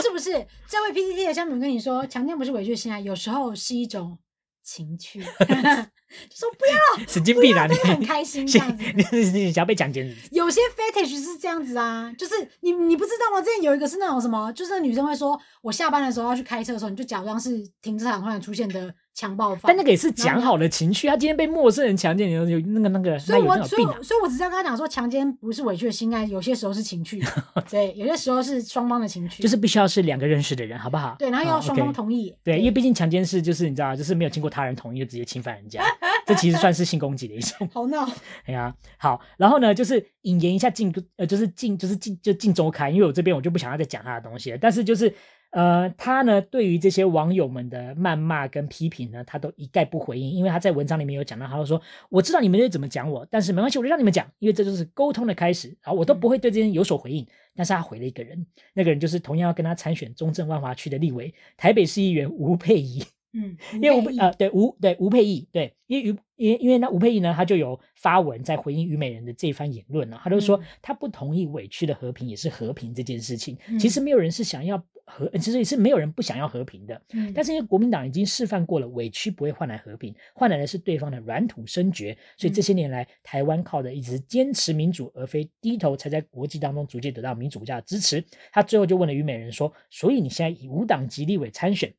是不是，这位 PPT 的下面跟你说，强奸不是委屈的性爱，有时候是一种情 趣，就说不要，神经病啊！不你要但是很 开心这样子你你你想要被强奸是不是？有些 fetish 是这样子啊，就是你你不知道吗？之前有一个是那种什么，就是那女生会说，我下班的时候要去开车的时候，你就假装是停车场突然出现的强暴犯。但那个也是然后讲你好的情绪，他今天被陌生人强奸，你有有那个那个，所以那有我那有所以病啊我！所以我只是要跟他讲说，强奸不是委屈的心爱，有些时候是情趣， 对，有些时候是双方的情趣，就是必须要是两个认识的人，好不好？对，然后啊要双，OK 方同意。对，因为毕竟强奸是就是你知道，就是没有经过他人同意就直接侵犯人家，这其实算是性攻击的一种。好 闹，哎呀，好，然后呢，就是引言一下近呃，就是近就是近就近周刊，因为我这边我就不想要再讲他的东西了。但是就是呃，他呢对于这些网友们的谩骂跟批评呢，他都一概不回应，因为他在文章里面有讲到，他就说我知道你们会怎么讲我，但是没关系，我就让你们讲，因为这就是沟通的开始，然后我都不会对这些人有所回应。但是他回了一个人，那个人就是同样要跟他参选中正万华区的立委，台北市议员吴佩仪。嗯，因为吴不佩呃对吴对吴佩义对，因为于因为因为那吴佩义呢，他就有发文在回应虞美人的这一番言论呢、他就说嗯他不同意委屈的和平也是和平这件事情，嗯其实没有人是想要和，呃其实也是没有人不想要和平的，嗯但是因为国民党已经示范过了，委屈不会换来和平，换来的是对方的软土生绝。所以这些年来，台湾靠的一直坚持民主，而非低头，才在国际当中逐渐得到民主国家的支持。他最后就问了虞美人说：“所以你现在以无党籍立委参选？”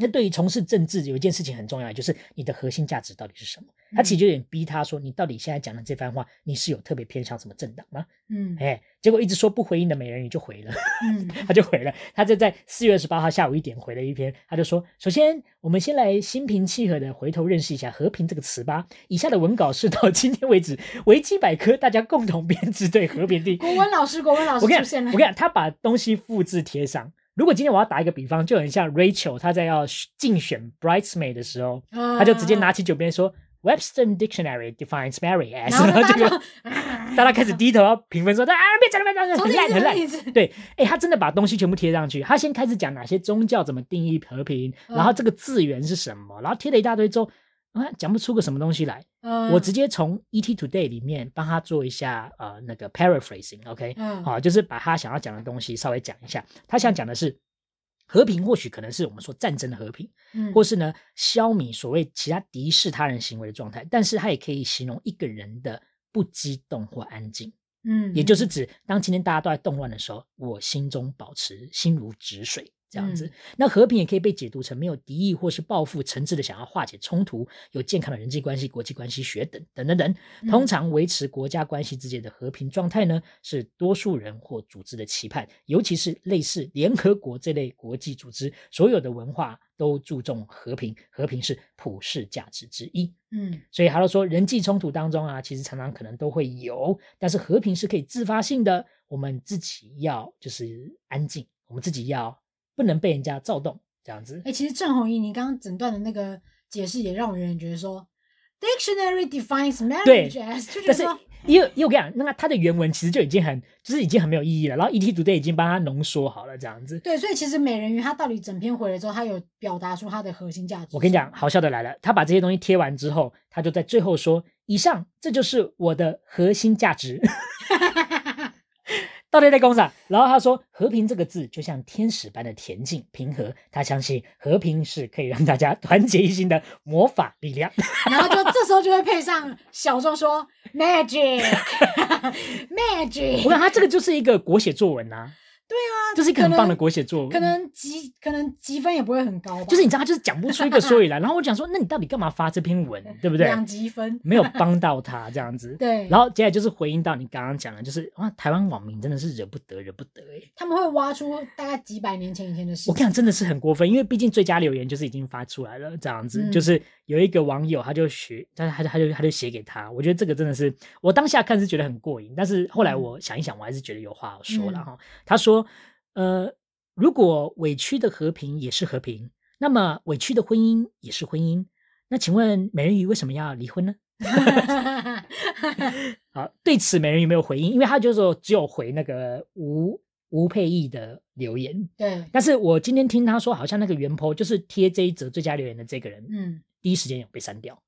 那对于从事政治有一件事情很重要，就是你的核心价值到底是什么？他嗯其实有点逼他说，你到底现在讲的这番话，你是有特别偏向什么政党吗？嗯哎，结果一直说不回应的美人鱼就回了。嗯他就回了，他就在四月二十八号下午一点回了一篇，他就说：首先，我们先来心平气和的回头认识一下“和平”这个词吧。以下的文稿是到今天为止维基百科大家共同编制对和平定。国文老师，国文老师我跟出你现讲，了，我跟你讲，他把东西复制贴上。如果今天我要打一个比方，就很像 Rachel 她在要竞选 bridesmaid 的时候，嗯她就直接拿，起酒杯说。Webster Dictionary defines Mary as，然后后大这家个就 啊大家开始低头要评分说，啊，别讲了，别讲了，重很新烂，很烂一。次，重新一次对，哎、他真的把东西全部贴上去。他先开始讲哪些宗教怎么定义和平，然后嗯这个字源是什么，然后贴了一大堆之后，啊，讲不出个什么东西来。嗯我直接从 ET Today 里面帮他做一下呃那个 paraphrasing，OK，、嗯好、就是把他想要讲的东西稍微讲一下。他想讲的是。和平或许可能是我们说战争的和平，嗯或是呢消弭所谓其他敌视他人行为的状态，但是它也可以形容一个人的不激动或安静。嗯，也就是指当今天大家都在动乱的时候，我心中保持心如止水这样子。嗯那和平也可以被解读成没有敌意或是报复，诚挚的想要化解冲突，有健康的人际关系、国际关系学等等等等。通嗯常维持国家关系之间的和平状态呢，是多数人或组织的期盼，尤其是类似联合国这类国际组织，所有的文化都注重和平，和平是普世价值之一。嗯所以他就说，人际冲突当中啊，其实常常可能都会有，但是和平是可以自发性的，我们自己要就是安静，我们自己要不能被人家躁动，这样子哎、。其实郑红怡，你刚刚整段的那个解释也让我有点觉得说，dictionary defines marriage as，就觉得但是说，因为因为我跟你讲，那个它的原文其实就已经很就是已经很没有意义了，然后 ET 读 y 已经帮它浓缩好了，这样子。对，所以其实美人鱼她到底整篇回来之后，她有表达出她的核心价值。我跟你讲，，好笑的来了，他把这些东西贴完之后，他就在最后说：“以上这就是我的核心价值。” 到底在公啥？然后他说：“和平这个字就像天使般的恬静平和，他相信和平是可以让大家 团结一心的魔法力量。 然后就这时候就会配上小众说 magic，magic，” 我看他这个就是一个国写作文呐、啊， 对啊，就是一个很棒的国，国写作文。可能积可能积分也不会很高吧，就是你知道，他就是讲不出一个所以然。 然后我讲说：“那你到底干嘛发这篇文？对不对？两积分，没有帮到他这样 子。”对，然后接下来就是回应到你刚刚讲的，就是哇，台湾网民真的是惹不得，惹不得哎、他们会挖出大概几百年前以前的事情。我跟你讲，真的是很过分，因为毕竟最佳留言就是已经发出来了，这样子，嗯就是有一个网友他就学，他他就他就他就写给他，我觉得这个真的是我当下看是觉得很过瘾，但是后来嗯我想一想，我还是觉得有话好说了哈。他说，呃，如果委屈的和平也是和平，那么委屈的婚姻也是婚姻，那请问美人鱼为什么要离婚呢？好，啊对此美人鱼没有回应，因为他就说只有回那个吴吴佩义的留言。对，但是我今天听他说，好像那个原 po 就是贴这一则最佳留言的这个人，嗯，第一时间有被删掉。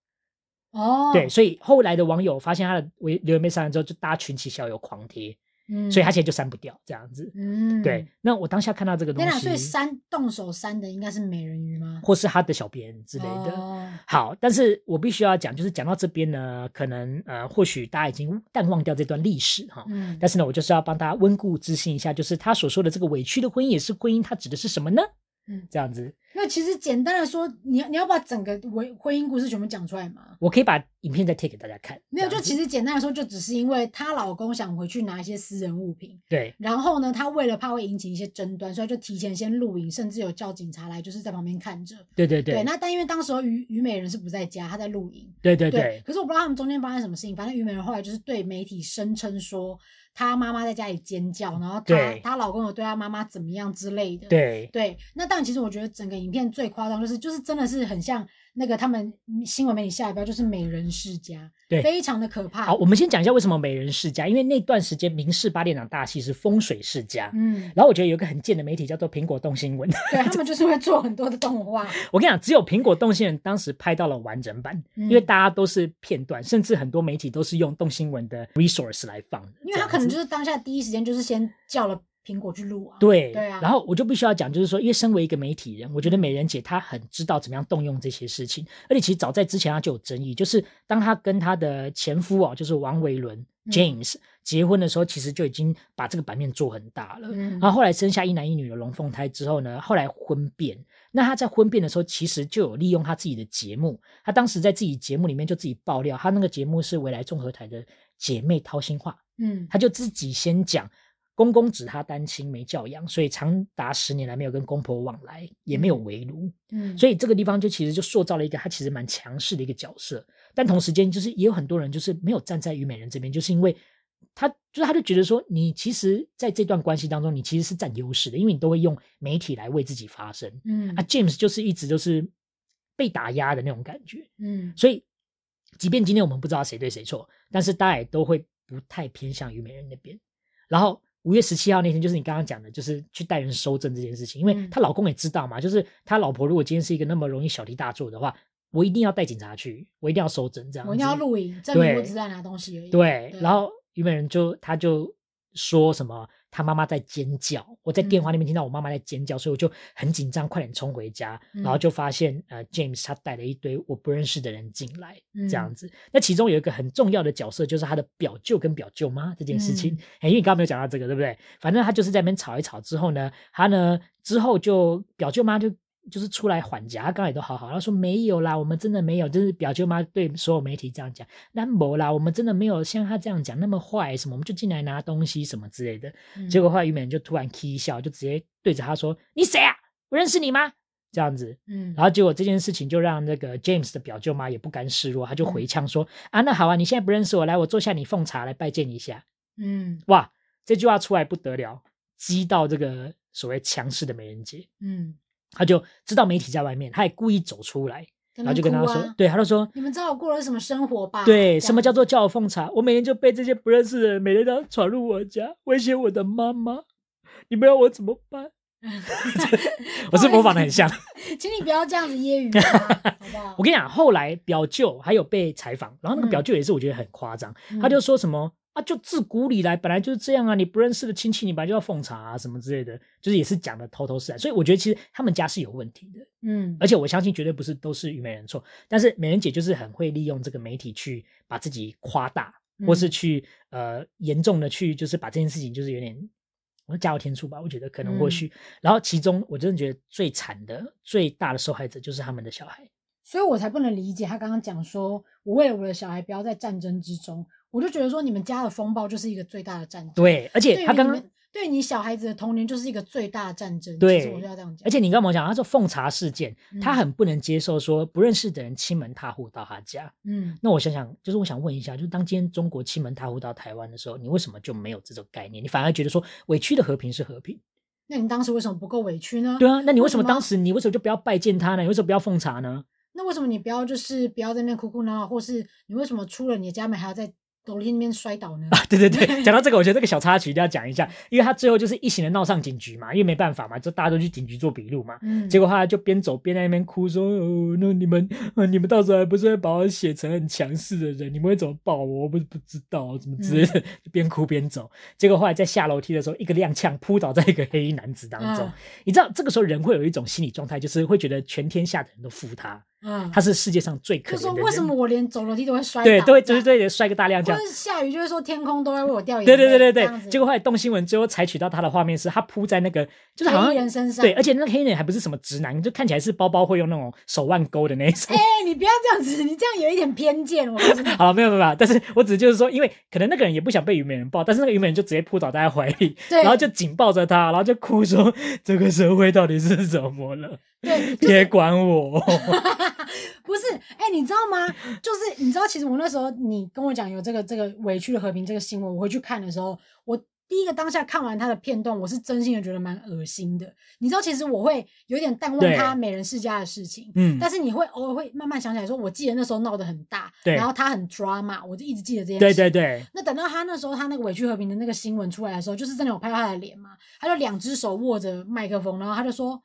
哦，对，，所以后来的网友发现他的微留言被删了之后，就大家群起小友狂贴，嗯所以他现在就删不掉这样子。嗯，对，那我当下看到这个东天哪，所以西，删动手删的应该是美人鱼吗？或是他的小编之类的，哦好，但是我必须要讲，就是讲到这边呢，可能呃，或许大家已经淡忘掉这段历史哈。嗯，但是呢，我就是要帮大家温故知新一下，就是他所说的这个委屈的婚姻也是婚姻，它指的是什么呢？嗯这样子，那其实简单的说，你要你要把整个婚婚姻故事全部讲出来吗？我可以把影片再贴给大家看。没有，这就样子其实简单的说，就只是因为她老公想回去拿一些私人物品，对然后呢，她为了怕会引起一些争端，所以就提前先录影，甚至有叫警察来，就是在旁边看着。对对对那但因为当时候虞虞美人是不在家，她在录影。对对对对，可是我不知道他们中间发生什么事情。反正虞美人后来就是对媒体声称说，她妈妈在家里尖叫，然后她对她老公有对她妈妈怎么样之类的。对对，那但其实我觉得整个影片最夸张就是，就是真的是很像那个他们嗯新闻媒体下一标就是美人世家，对啊非常的可怕。好，我们先讲一下为什么美人世家，因为那段时间明氏八点档大戏是风水世家。嗯，然后我觉得有一个很贱的媒体叫做苹果动新闻，对他们就是会做很多的 动画，我跟你讲，只有苹果动新闻当时拍到了完整版，嗯因为大家都是片段，甚至很多媒体都是用动新闻的 resource 来放的，因为他这样可能子就是当下第一时间就是先叫了苹果去录啊。，对对啊然后我就必须要讲，就是说，因为身为一个媒体人，我觉得美人姐她很知道怎么样动用这些事情，而且其实早在之前她就有争议，就是当她跟她的前夫哦，就是王维伦嗯 James、结婚的时候，其实就已经把这个版面做很大了。嗯然后后来生下一男一女的龙凤胎之后呢，后来婚变。那她在婚变的时候，其实就有利用她自己的节目。她当时在自己节目里面就自己爆料，她那个节目是未来综合台的姐妹掏心话，嗯她就自己先讲。公公指她单亲没教养，所以长达十年来没有跟公婆往来，也没有围炉，嗯，所以以这个地方就其实就塑造了一个她其实蛮强势的一个角色。但同时间，就是也有很多人就是没有站在虞美人这边，就是因为她就是她就觉得说，你其实在这段关系当中，你其实是占优势的，因为你都会用媒体来为自己发声。嗯啊，James 就是一直都是被打压的那种感觉，嗯所以即便今天我们不知道谁对谁错，但是大家也都会不太偏向于美人那边。然后五月十七号那天，就是你刚刚讲的，就是去带人收证这件事情，因为嗯她老公也知道嘛，就是她老婆如果今天是一个那么容易小题大做的话，我一定要带警察去，我一定要收证这样子，我一定要录影，证明我对只是在拿东西而已。对，对然后虞美人就她就说什么，她妈妈在尖叫，我在电话那嗯边听到我妈妈在尖叫，所以我就很紧张，快点冲回家，然后嗯就发现呃 James 他带了一堆我不认识的人进来，这样嗯子。那其中有一个很重要的角色就是他的表舅跟表舅妈这件事情嗯，哎、因为你刚刚没有讲到这个，对不对？反正他就是在那边吵一吵之后呢，他呢之后就表舅妈就。就是出来缓颊，他刚才也都好好，他说没有啦，我们真的没有，就是表舅妈对所有媒体这样讲，那没啦，我们真的没有像他这样讲那么坏什么，我们就进来拿东西什么之类的。嗯结果后来虞美人就突然 k 笑，就直接对着他说：“你谁啊？我认识你吗？”这样子，嗯，然后结果这件事情就让那个 James 的表舅妈也不甘示弱，他嗯就回呛说：“啊，那好啊，你现在不认识我，来，我坐下你奉茶来拜见一下。嗯”哇，这句话出来不得了，激到这个所谓强势的美人姐，嗯，他就知道媒体在外面，他也故意走出来，然然后就跟他说：“对，他就说啊你们知道我过了什么生活吧？对，啊这什么样叫子做叫我奉茶？我每天就被这些不认识的人每天都闯入我家，威胁我的妈妈，你们要我怎么办？ 我是模仿的很像。请你不要这样子揶 揄他，好不好？我跟你讲，后来表舅还有被采访，然后那个嗯表舅也是我觉得很夸张，嗯他就说什么啊，就自古以来本来就是这样啊，你不认识的亲戚你本来就要奉茶啊，什么之类的，就是也是讲的头头是道。所以我觉得其实他们家是有问题的，嗯而且我相信绝对不是都是虞美人错，但是美人姐就是很会利用这个媒体去把自己夸大，嗯或是去呃严重的去就是把这件事情就是有点。我说加油添醋吧，我觉得可能或嗯许，然后其中我真的觉得最惨的、最大的受害者就是他们的小孩。所以我才不能理解他刚刚讲说，我为了我的小孩不要在战争之中，我就觉得说你们家的风暴就是一个最大的战争。对，而对于且你们，他刚刚，对你小孩子的童年就是一个最大的战争。对其实我就要这样讲。而且你刚刚我讲，他说奉茶事件，他嗯很不能接受说不认识的人欺门踏户到他家。嗯，那我想想，就是我想问一下，就是当今天中国欺门踏户到台湾的时候，你为什么就没有这种概念？你反而觉得说委屈的和平是和平，那你当时为什么不够委屈呢？对啊？那你为什么为什么当时你为什么就不要拜见他呢？你为什么不要奉 茶呢？那为什么你不要就是不要在那边哭哭闹闹，或是你为什么出了你的家门还要再楼梯那边摔 倒呢？对对对，讲到这个，我觉得这个小插曲一定要讲一下，因为他最后就是一行人闹上警局嘛，因为没办法嘛，就大家都去警局做笔录嘛。嗯，结果他就边走边在那边哭说：“哦，那你们，呃你们到时候还不是会把我写成很强势的人？你们会怎么报我？我不不知道，怎么之类嗯的。 就边哭边走。结果后来在下楼梯的时候，一个踉跄扑倒在一个黑衣男子当中。嗯你知道，这个时候人会有一种心理状态，就是会觉得全天下的人都服他，嗯，他是世界上最可就怜的说人。为什么我连走楼梯都会摔倒？对，都会这就样是。对摔个大踉或跄者。下雨就会说天空都在为我掉眼对泪，对对对这样对，子结果后来动新闻最后采取到他的画面是，他扑在那个就是好黑衣人像身上，对，而且那个黑人还不是什么直男，就看起来是包包会用那种手腕勾的那一种。哎。、你不要这样子，你这样有一点偏见，我告诉你好，没有没有没有，但是我只是就是说，因为可能那个人也不想被虞美人抱，但是那个虞美人就直接扑倒在他怀里，对然后就紧抱着他，然后就哭说：“这个社会到底是怎么了？对，就别是管 我。不是？哎、你知道吗？就是你知道，其实我那时候你跟我讲有这个这个委屈的和平这个新闻，我回去看的时候，我第一个当下看完他的片段，我是真心的觉得蛮恶心的。你知道，其实我会有点淡忘对他美人世家的事情”。嗯，但是你会偶尔会慢慢想起来，说我记得那时候闹得很大，对然后他很 drama，我就一直记得这件事。对对对那等到他那时候他那个委屈和平的那个新闻出来的时候，就是真的有拍到他的脸嘛，他就两只手握着麦克风，然后他就说：“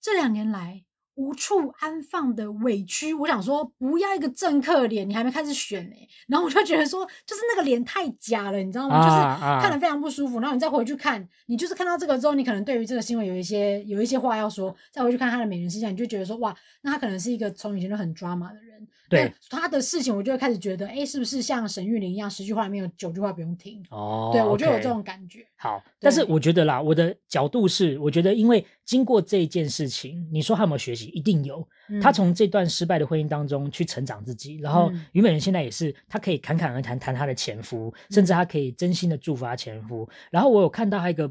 这两年来无处安放的委屈。”我想说，不要一个政客脸，你还没开始选呢、然后我就觉得说，就是那个脸太假了，你知道吗？嗯就是啊看得非常不舒服。然后你再回去看，你就是看到这个之后，你可能对于这个新闻有一些有一些话要说，再回去看他的美人形象，你就觉得说哇，那他可能是一个从以前就很 drama 的人。对那他的事情，我就会开始觉得，哎、是不是像沈玉琳一样，十句话里面有九句话不用听？哦，对我就有 OK 这种感觉。好，但是对我觉得啦，我的角度是，我觉得因为经过这件事情，你说他有没有学习？一定有。嗯他从这段失败的婚姻当中去成长自己，然后嗯虞美人现在也是，她可以侃侃而谈谈她的前夫，甚至她可以真心的祝福她前夫。然后我有看到她一个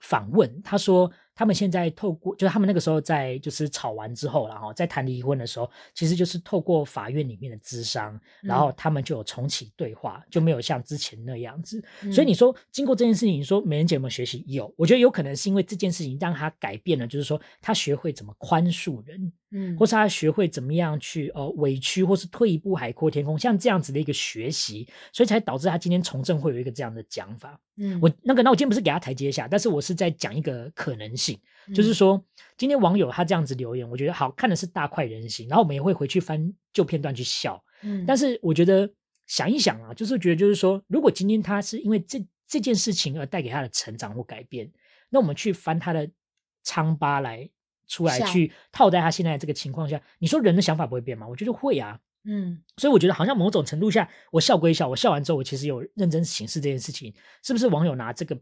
访问，她说他们现在透过，就是他们那个时候在就是吵完之后啦，然后在谈离婚的时候，其实就是透过法院里面的咨商，然嗯后他们就有重启对话，就没有像之前那样子。嗯所以你说，经过这件事情，你说美人姐有没有学习？有，我觉得有可能是因为这件事情让她改变了，就是说她学会怎么宽恕人，嗯，嗯或是她学会怎么样去呃委屈，或是退一步海阔天空，像这样子的一个学习，所以才导致她今天从政会有一个这样的讲法。嗯我那个，那我今天不是给她台阶下，但是我是在讲一个可能性，就是嗯说今天网友他这样子留言，我觉得好看的是大快人心，然后我们也会回去翻旧片段去笑。嗯，但是我觉得想一想啊，就是觉得就是说，如果今天他是因为这这件事情而带给他的成长或改变，那我们去翻他的疮疤来出来笑去套在他现在这个情况下，你说人的想法不会变吗？我觉得会啊。嗯所以我觉得好像某种程度下，我笑归笑，我笑完之后，我其实有认真审视这件事情，是不是网友拿这个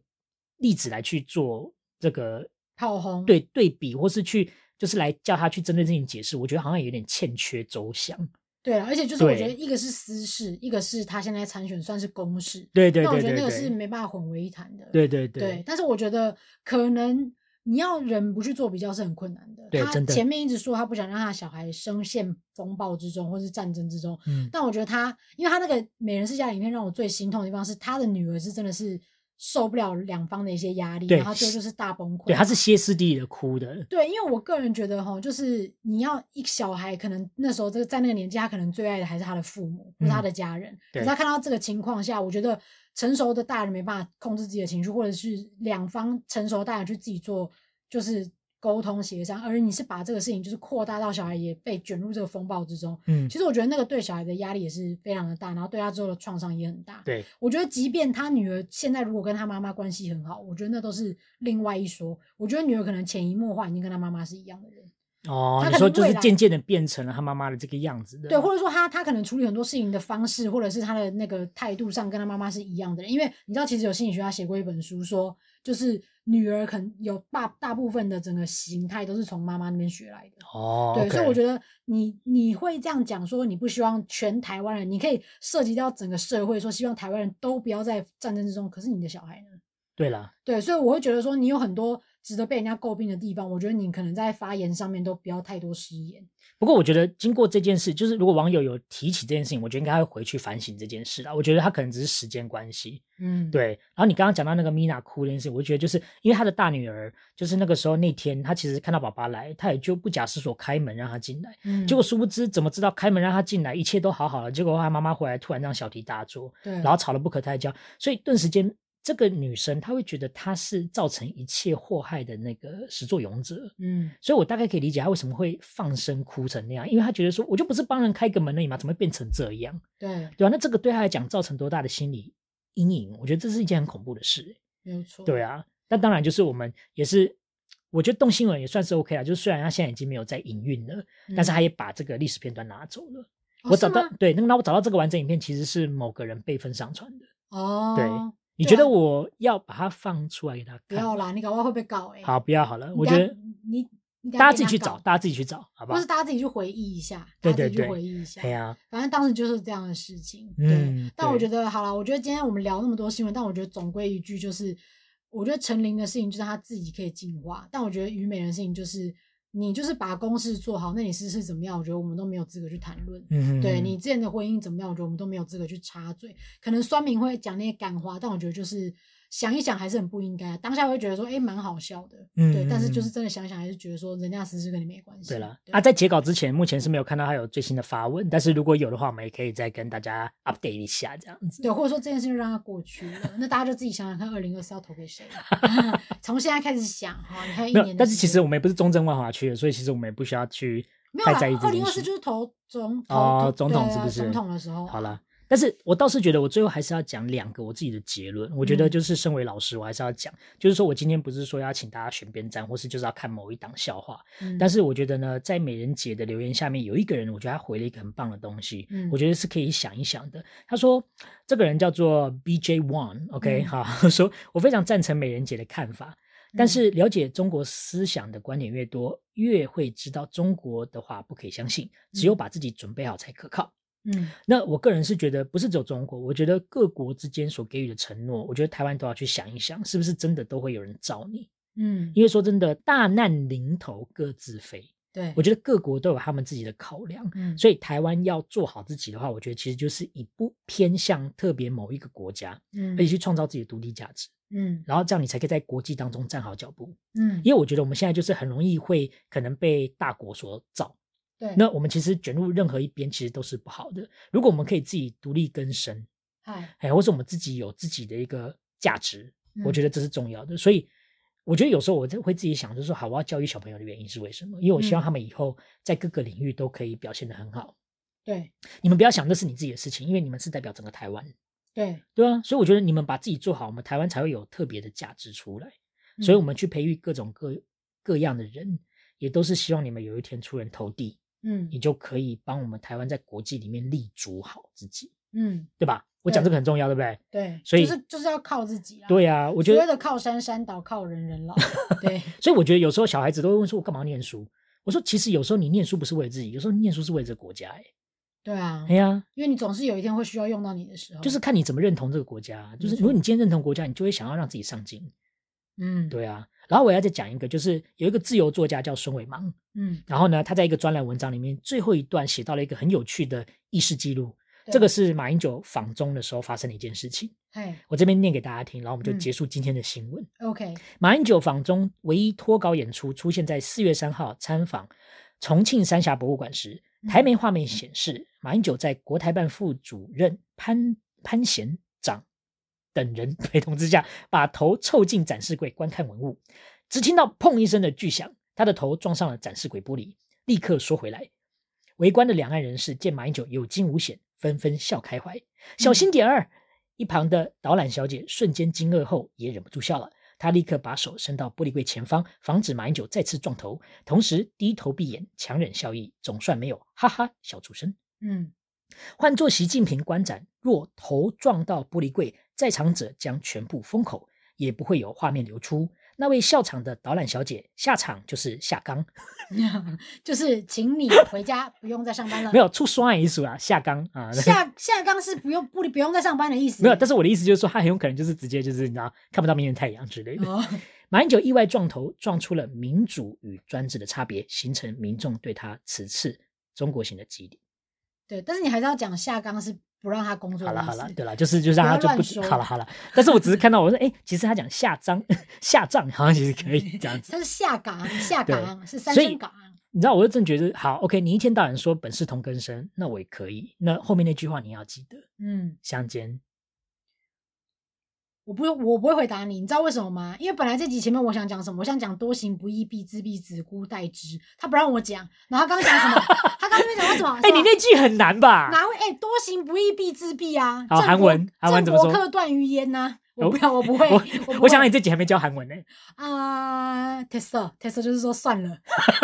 例子来去做这个炮轰，对对比，或是去就是来叫他去针对这件事情解释，我觉得好像有点欠缺周详。对啊，而且就是我觉对得一个是私事，一个是他现在参选算是公事，对对那我对觉对得那对个是没办法混为一谈的。对对对但是我觉得可能你要人不去做比较是很困难的。对他真的前面一直说他不想让他的小孩深陷风暴之中，或是战争之中。嗯，但我觉得他，因为他那个《美人世家》里面让我最心痛的地方是，他的女儿是真的是受不了两方的一些压力，对然后最后就是大崩溃嘛。对，他是歇斯底里的哭的，对，因为我个人觉得哈，就是你要一小孩，可能那时候这个在那个年纪，他可能最爱的还是他的父母或者他嗯的家人。可对是他看到这个情况下，我觉得成熟的大人没办法控制自己的情绪，或者是两方成熟的大人去自己做，就是沟通协商，而你是把这个事情就是扩大到小孩也被卷入这个风暴之中。嗯，其实我觉得那个对小孩的压力也是非常的大，然后对他之后的创伤也很大。对，我觉得，即便他女儿现在如果跟他妈妈关系很好，我觉得那都是另外一说。我觉得女儿可能潜移默化已经跟他妈妈是一样的人，哦，他你可说能就未是来渐渐的变成了他妈妈的这个样子的，对，或者说他他可能处理很多事情的方式，或者是他的那个态度上跟他妈妈是一样的人。因为你知道，其实有心理学家写过一本书说，就是女儿可能有大大部分的整个形态都是从妈妈那边学来的。哦，对，所以我得觉得你你会这样讲说，你不希望全台湾人，你可以涉及到整个社会，说希望台湾人都不要在战争之中。可是你的小孩呢？对啦，对，所以我会觉得说，你有很多值得被人家诟病的地方，我觉得你可能在发言上面都不要太多失言。不过我觉得经过这件事，就是如果网友有提起这件事情，我觉得应该会回去反省这件事啊。我觉得他可能只是时间关系，嗯，，对。然后你刚刚讲到那个米娜哭这件事情，我觉得就是因为他的大女儿，就是那个时候那天，她其实看到爸爸来，她也就不假思索开门让他进来。嗯，结果殊不知，怎么知道开门让他进来，一切都好好了。结果他妈妈回来，突然让小题大做，对，然后吵得不可开交，所以顿时间。这个女生她会觉得她是造成一切祸害的那个始作俑者，嗯，所以我大概可以理解他为什么会放声哭成那样，因为他觉得说，我就不是帮人开个门而已嘛，怎么会变成这样，对，对吧、那这个对他来讲造成多大的心理阴影？我觉得这是一件很恐怖的事，欸没有错，对啊。那当然就是我们也是，我觉得动新闻也算是 OK 啦，就是虽然他现在已经没有在营运了，嗯，但是他也把这个历史片段拿走了。哦我是找到吗对，那那我找到这个完整影片其实是某个人备份上传的。哦，对你对觉得啊我要把它放出来给他不看？要啦，你搞不好会被告哎、好，不要好了，你我等觉下得你你等下大家被自己人去家找，告大家自己去找，好不或好是？大家自己去回忆一下，对大家对自己去对回忆一下哎。呀，反正当时就是这样的事情，对。嗯但我对觉得好了，我觉得今天我们聊那么多新闻，但我觉得总归一句就是，我觉得陈琳的事情就是她自己可以进化，但我觉得虞美人的事情就是你就是把公式做好，那你私事怎么样，我觉得我们都没有资格去谈论。嗯，对你之前的婚姻怎么样，我觉得我们都没有资格去插嘴。可能酸民会讲那些干话，但我觉得就是想一想还是很不应该。当下会觉得说，哎、蛮好笑的，对。但是就嗯是真的想想，还是觉得说人家私事跟你没关系。对了啊，在截稿之前，目前是没有看到他有最新的发文，但是如果有的话，我们也可以再跟大家 update 一下这样子。对，或者说这件事就让它过去了，那大家就自己想想看，二零二四要投给 谁？ 从现在开始想哈，哎你还有一没年有，的但是时其实间我们也不是中正万华区的，所以其实我们也不需要去没有太啦在意，这二件零二四事。就是投总投哦投，总对统是啊不是？总统的时候，好了，，但是我倒是觉得，我最后还是要讲两个我自己的结论。我觉得嗯就是身为老师，我还是要讲，就是说我今天不是说要请大家选边站，或是就是要看某一档笑话，嗯但是我觉得呢，在美人姐的留言下面有一个人，我觉得他回了一个很棒的东西，嗯我觉得是可以想一想的。他说这个人叫做 B J One，OK，、 嗯好，说我非常赞成美人姐的看法，但嗯是了解中国思想的观点越多，越会知道中国的话不可以相信，只有嗯把自己准备好才可靠。嗯那我个人是觉得，不是只有中国，我觉得各国之间所给予的承诺，我觉得台湾都要去想一想，是不是真的都会有人罩你？嗯，因为说真的，大难临头各自飞。对，我觉得各国都有他们自己的考量，嗯所以台湾要做好自己的话，我觉得其实就是以不偏向特别某一个国家，嗯而且去创造自己的独立价值，嗯然后这样你才可以在国际当中站好脚步。嗯，因为我觉得我们现在就是很容易会可能被大国所罩，对，那我们其实卷入任何一边其实都是不好的。如果我们可以自己独立更生，嗨，嗯哎，或是我们自己有自己的一个价值，我觉得得这是重要的。所以我觉得有时候我就会自己想，就是说好，我要教育小朋友的原因是为什么？因为我希望嗯他们以后在各个领域都可以表现得很好。对你们不要想那是你自己的事情，因为你们是代表整个台湾，对，对啊。所以我觉得你们把自己做好，我们台湾才会有特别的价值出来。所以嗯我们去培育各种各各样的人，也都是希望你们有一天出人头地，嗯你就可以帮我们台湾在国际里面立足好自己，嗯对吧？我讲对这个很重要，对不对？对，所以就是就是要靠自己啦，对啊，我觉所得谓的靠山山倒，靠人人 老，对，所以我觉得有时候小孩子都会问说：“我干嘛要念书？”我说：“其实有时候你念书不是为了自己，有时候念书是为了这个国家、嗯欸。”对啊哎，呀，因为你总是有一天会需要用到你的时候，就是看你怎么认同这个国家。啊就是嗯没如果错你今天认同国家，你就会想要让自己上进。嗯，，对啊。然后我要再讲一个，就是有一个自由作家叫孙伟芒，嗯，然后呢，他在一个专栏文章里面最后一段写到了一个很有趣的意识记录。对这个是马英九访中的时候发生的一件事情，嘿我这边念给大家听，然后我们就嗯结束今天的新闻。 ，OK，马英九访中唯一脱稿演出出现在四月三号参访重庆三峡博物馆时，台媒画面显示，马英九在国台办副主任潘潘贤长等人陪同之下，把头凑近展示柜观看文物，只听到砰一声的巨响，他的头撞上了展示柜玻璃，立刻缩回来。围观的两岸人士见马英九有惊无险，纷纷笑开怀。小心点儿！一旁的导览小姐瞬间惊愕后，也忍不住笑了。她立刻把手伸到玻璃柜前方，防止马英九再次撞头，同时低头闭眼，强忍笑意，总算没有哈哈笑出声。嗯， 换做习近平观展，若头撞到玻璃柜，在场者将全部封口，也不会有画面流出。那位笑场的导览小姐下场就是下岗，就是请你回家，不用再上班了。没有出双眼一数啊，下岗 啊。下下岗是不用不不用再上班的意思。没有，但是我的意思就是说，他很有可能就是直接就是你知道看不到明天太阳之类的。哦，马英九意外撞头，撞出了民主与专制的差别，形成民众对他此次中国型的基点。对，但是你还是要讲下岗是不让他工作好的了意思。好了，对了，就是就让他不就要不乱说好了好了。但是我只是看到我说，哎，其实他讲下章 下葬好像其实可以这样子。他是下岗，下对岗是三啊所以声岗。你知道，我就正觉得好，OK，你一天到晚说本是同根生，那我也可以。那后面那句话你要记得，嗯，相煎我不会，我不会回答你，你知道为什么吗？因为本来这集前面我想讲什么，我想讲多行不义必自毙，子姑待之，他不让我讲。然后他刚刚讲什么？他刚刚那边讲到什么？ 哎、你那句很难吧？啊哪会？哎、多行不义必自毙啊！啊好郑韩国文韩文怎郑么国说克段于鄢呐、哦我不要，我不会，我我不我想会你这集还没教韩文呢、啊，tester tester 就是说 算了，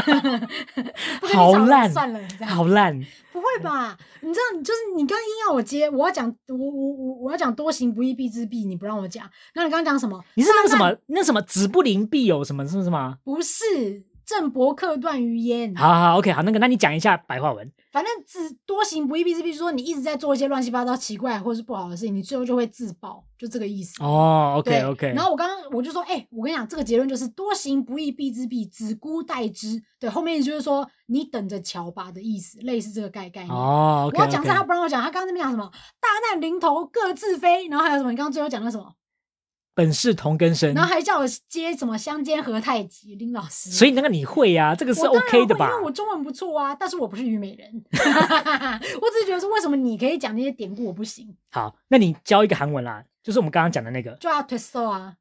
不跟你好吵了烂算了，这样好烂。不会吧？你知道，就是你刚刚硬要我接，我要讲，我我我我要讲多行不义必自毙，你不让我讲。那你刚刚讲什么？你是那个什上岸么那什么子不灵必有什么是不是吗？不是郑伯克段于鄢，好好好 OK 好，那个那你讲一下白话文。反正自多行不义必自毙，就是说你一直在做一些乱七八糟、奇怪或者是不好的事情，你最后就会自爆，就这个意思。哦，OK 对 OK，然后我刚刚我就说，哎、我跟你讲，这个结论就是多行不义必自毙，子姑待之。对，后面就是说你等着瞧吧的意思，类似这个概概念。哦，OK 我要讲 OK 是他不让我讲，他刚刚那边讲什么大难临头各自飞，然后还有什么？你刚刚最后讲的什么？本是同根生然，后还叫我接什么相煎何太急，林老师。所以那个你会呀、这个我是当然 OK 的会吧？因为我中文不错啊，但是我不是虞美人， 我只是觉得说，为什么你可以讲那些典故，我不行？好，那你教一个韩文啦，就是我们刚刚讲的那个，就要 t w i s t 啊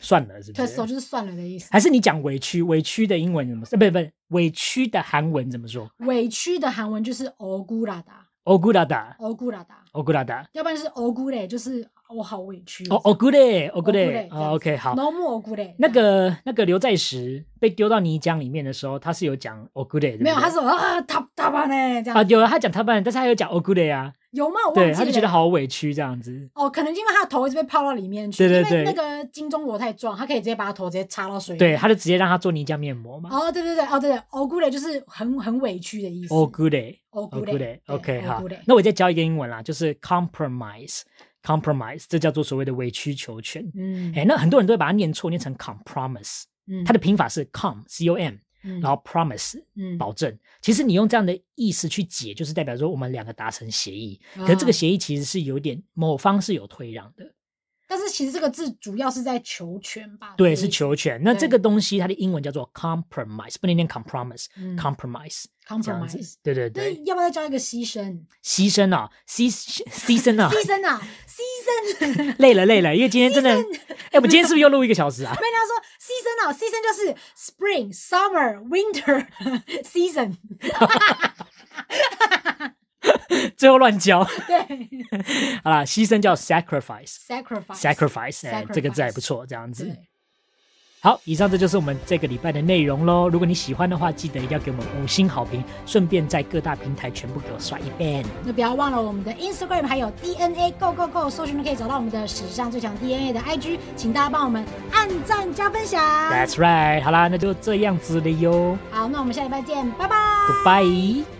算了，是 t w 不 i s t 是？就是算了的意思。还是你讲委屈？委屈的英文怎么说？呃不不，委屈的韩文怎么说委屈的韩文就是억울하다， o g u r a d a 억울하다， o g u r a d a 要不然就是억울해，就是我好委屈。哦 o g u r e o g u r 嗯 억울해 e 哦 OK 好。 ，no more 억울해。那个那个刘在石被丢到泥浆里面的时候，他是有讲 o g u r e 没有，他说啊，他他吧呢这啊，样，有他讲他办，但是他有讲 o g u r e 啊，有吗？我忘记对，了。他就觉得好委屈这样子。哦，可能因为他的头一直被泡到里面去，对对因为那对个金钟国太壮，他可以直接把他头直接插到水里。对，他就直接让他做泥浆面膜嘛。哦，对对对，哦对对，억울해就是很很委屈的意思。 o g u r e 억 오 울 그 해 래，OK， 네 好 억울해 。那我再教一个英文啦，就是 compromise，compromise，这叫做所谓的委曲求全。嗯哎，那很多人都会把它念错，念成 compromise。嗯它的拼法是 com c o m，嗯然后 promise 嗯保证。其实你用这样的意思去解，就是代表说我们两个达成协议。可是这啊个协议其实是有点某方是有退让哦的，但是其实这个字主要是在求全吧？对，是求求全。那这对个东西它的英文叫做 compromise，不能念 compromise，compromise、嗯 compromise 这样子 compromise。。对对那对，要不要再叫一个牺牲？牺牲啊，牺牺牲啊，牺牲啊，牺牲！ 累了累了，因为今天真的， 哎、我们今天是不是又录一个小时啊？被他说牺牲啊，牺牲就是 spring、summer、winter season。 最后乱教，对好啦，牺牲叫 sacrifice。 ，sacrifice。 sacrifice，哎、这个字还不错，这样子。对，好，以上这就是我们这个礼拜的内容喽。如果你喜欢的话，记得一定要给我们五星好评，顺便在各大平台全部给我刷一遍。那不要忘了我们的 Instagram 还有 DNA Go Go Go，搜寻就可以找到我们的史上最强 DNA 的 IG，请大家帮我们按赞加分享。 That's right，好啦，那就这样子了哟好，那我们下礼拜见，拜拜。 ，Goodbye。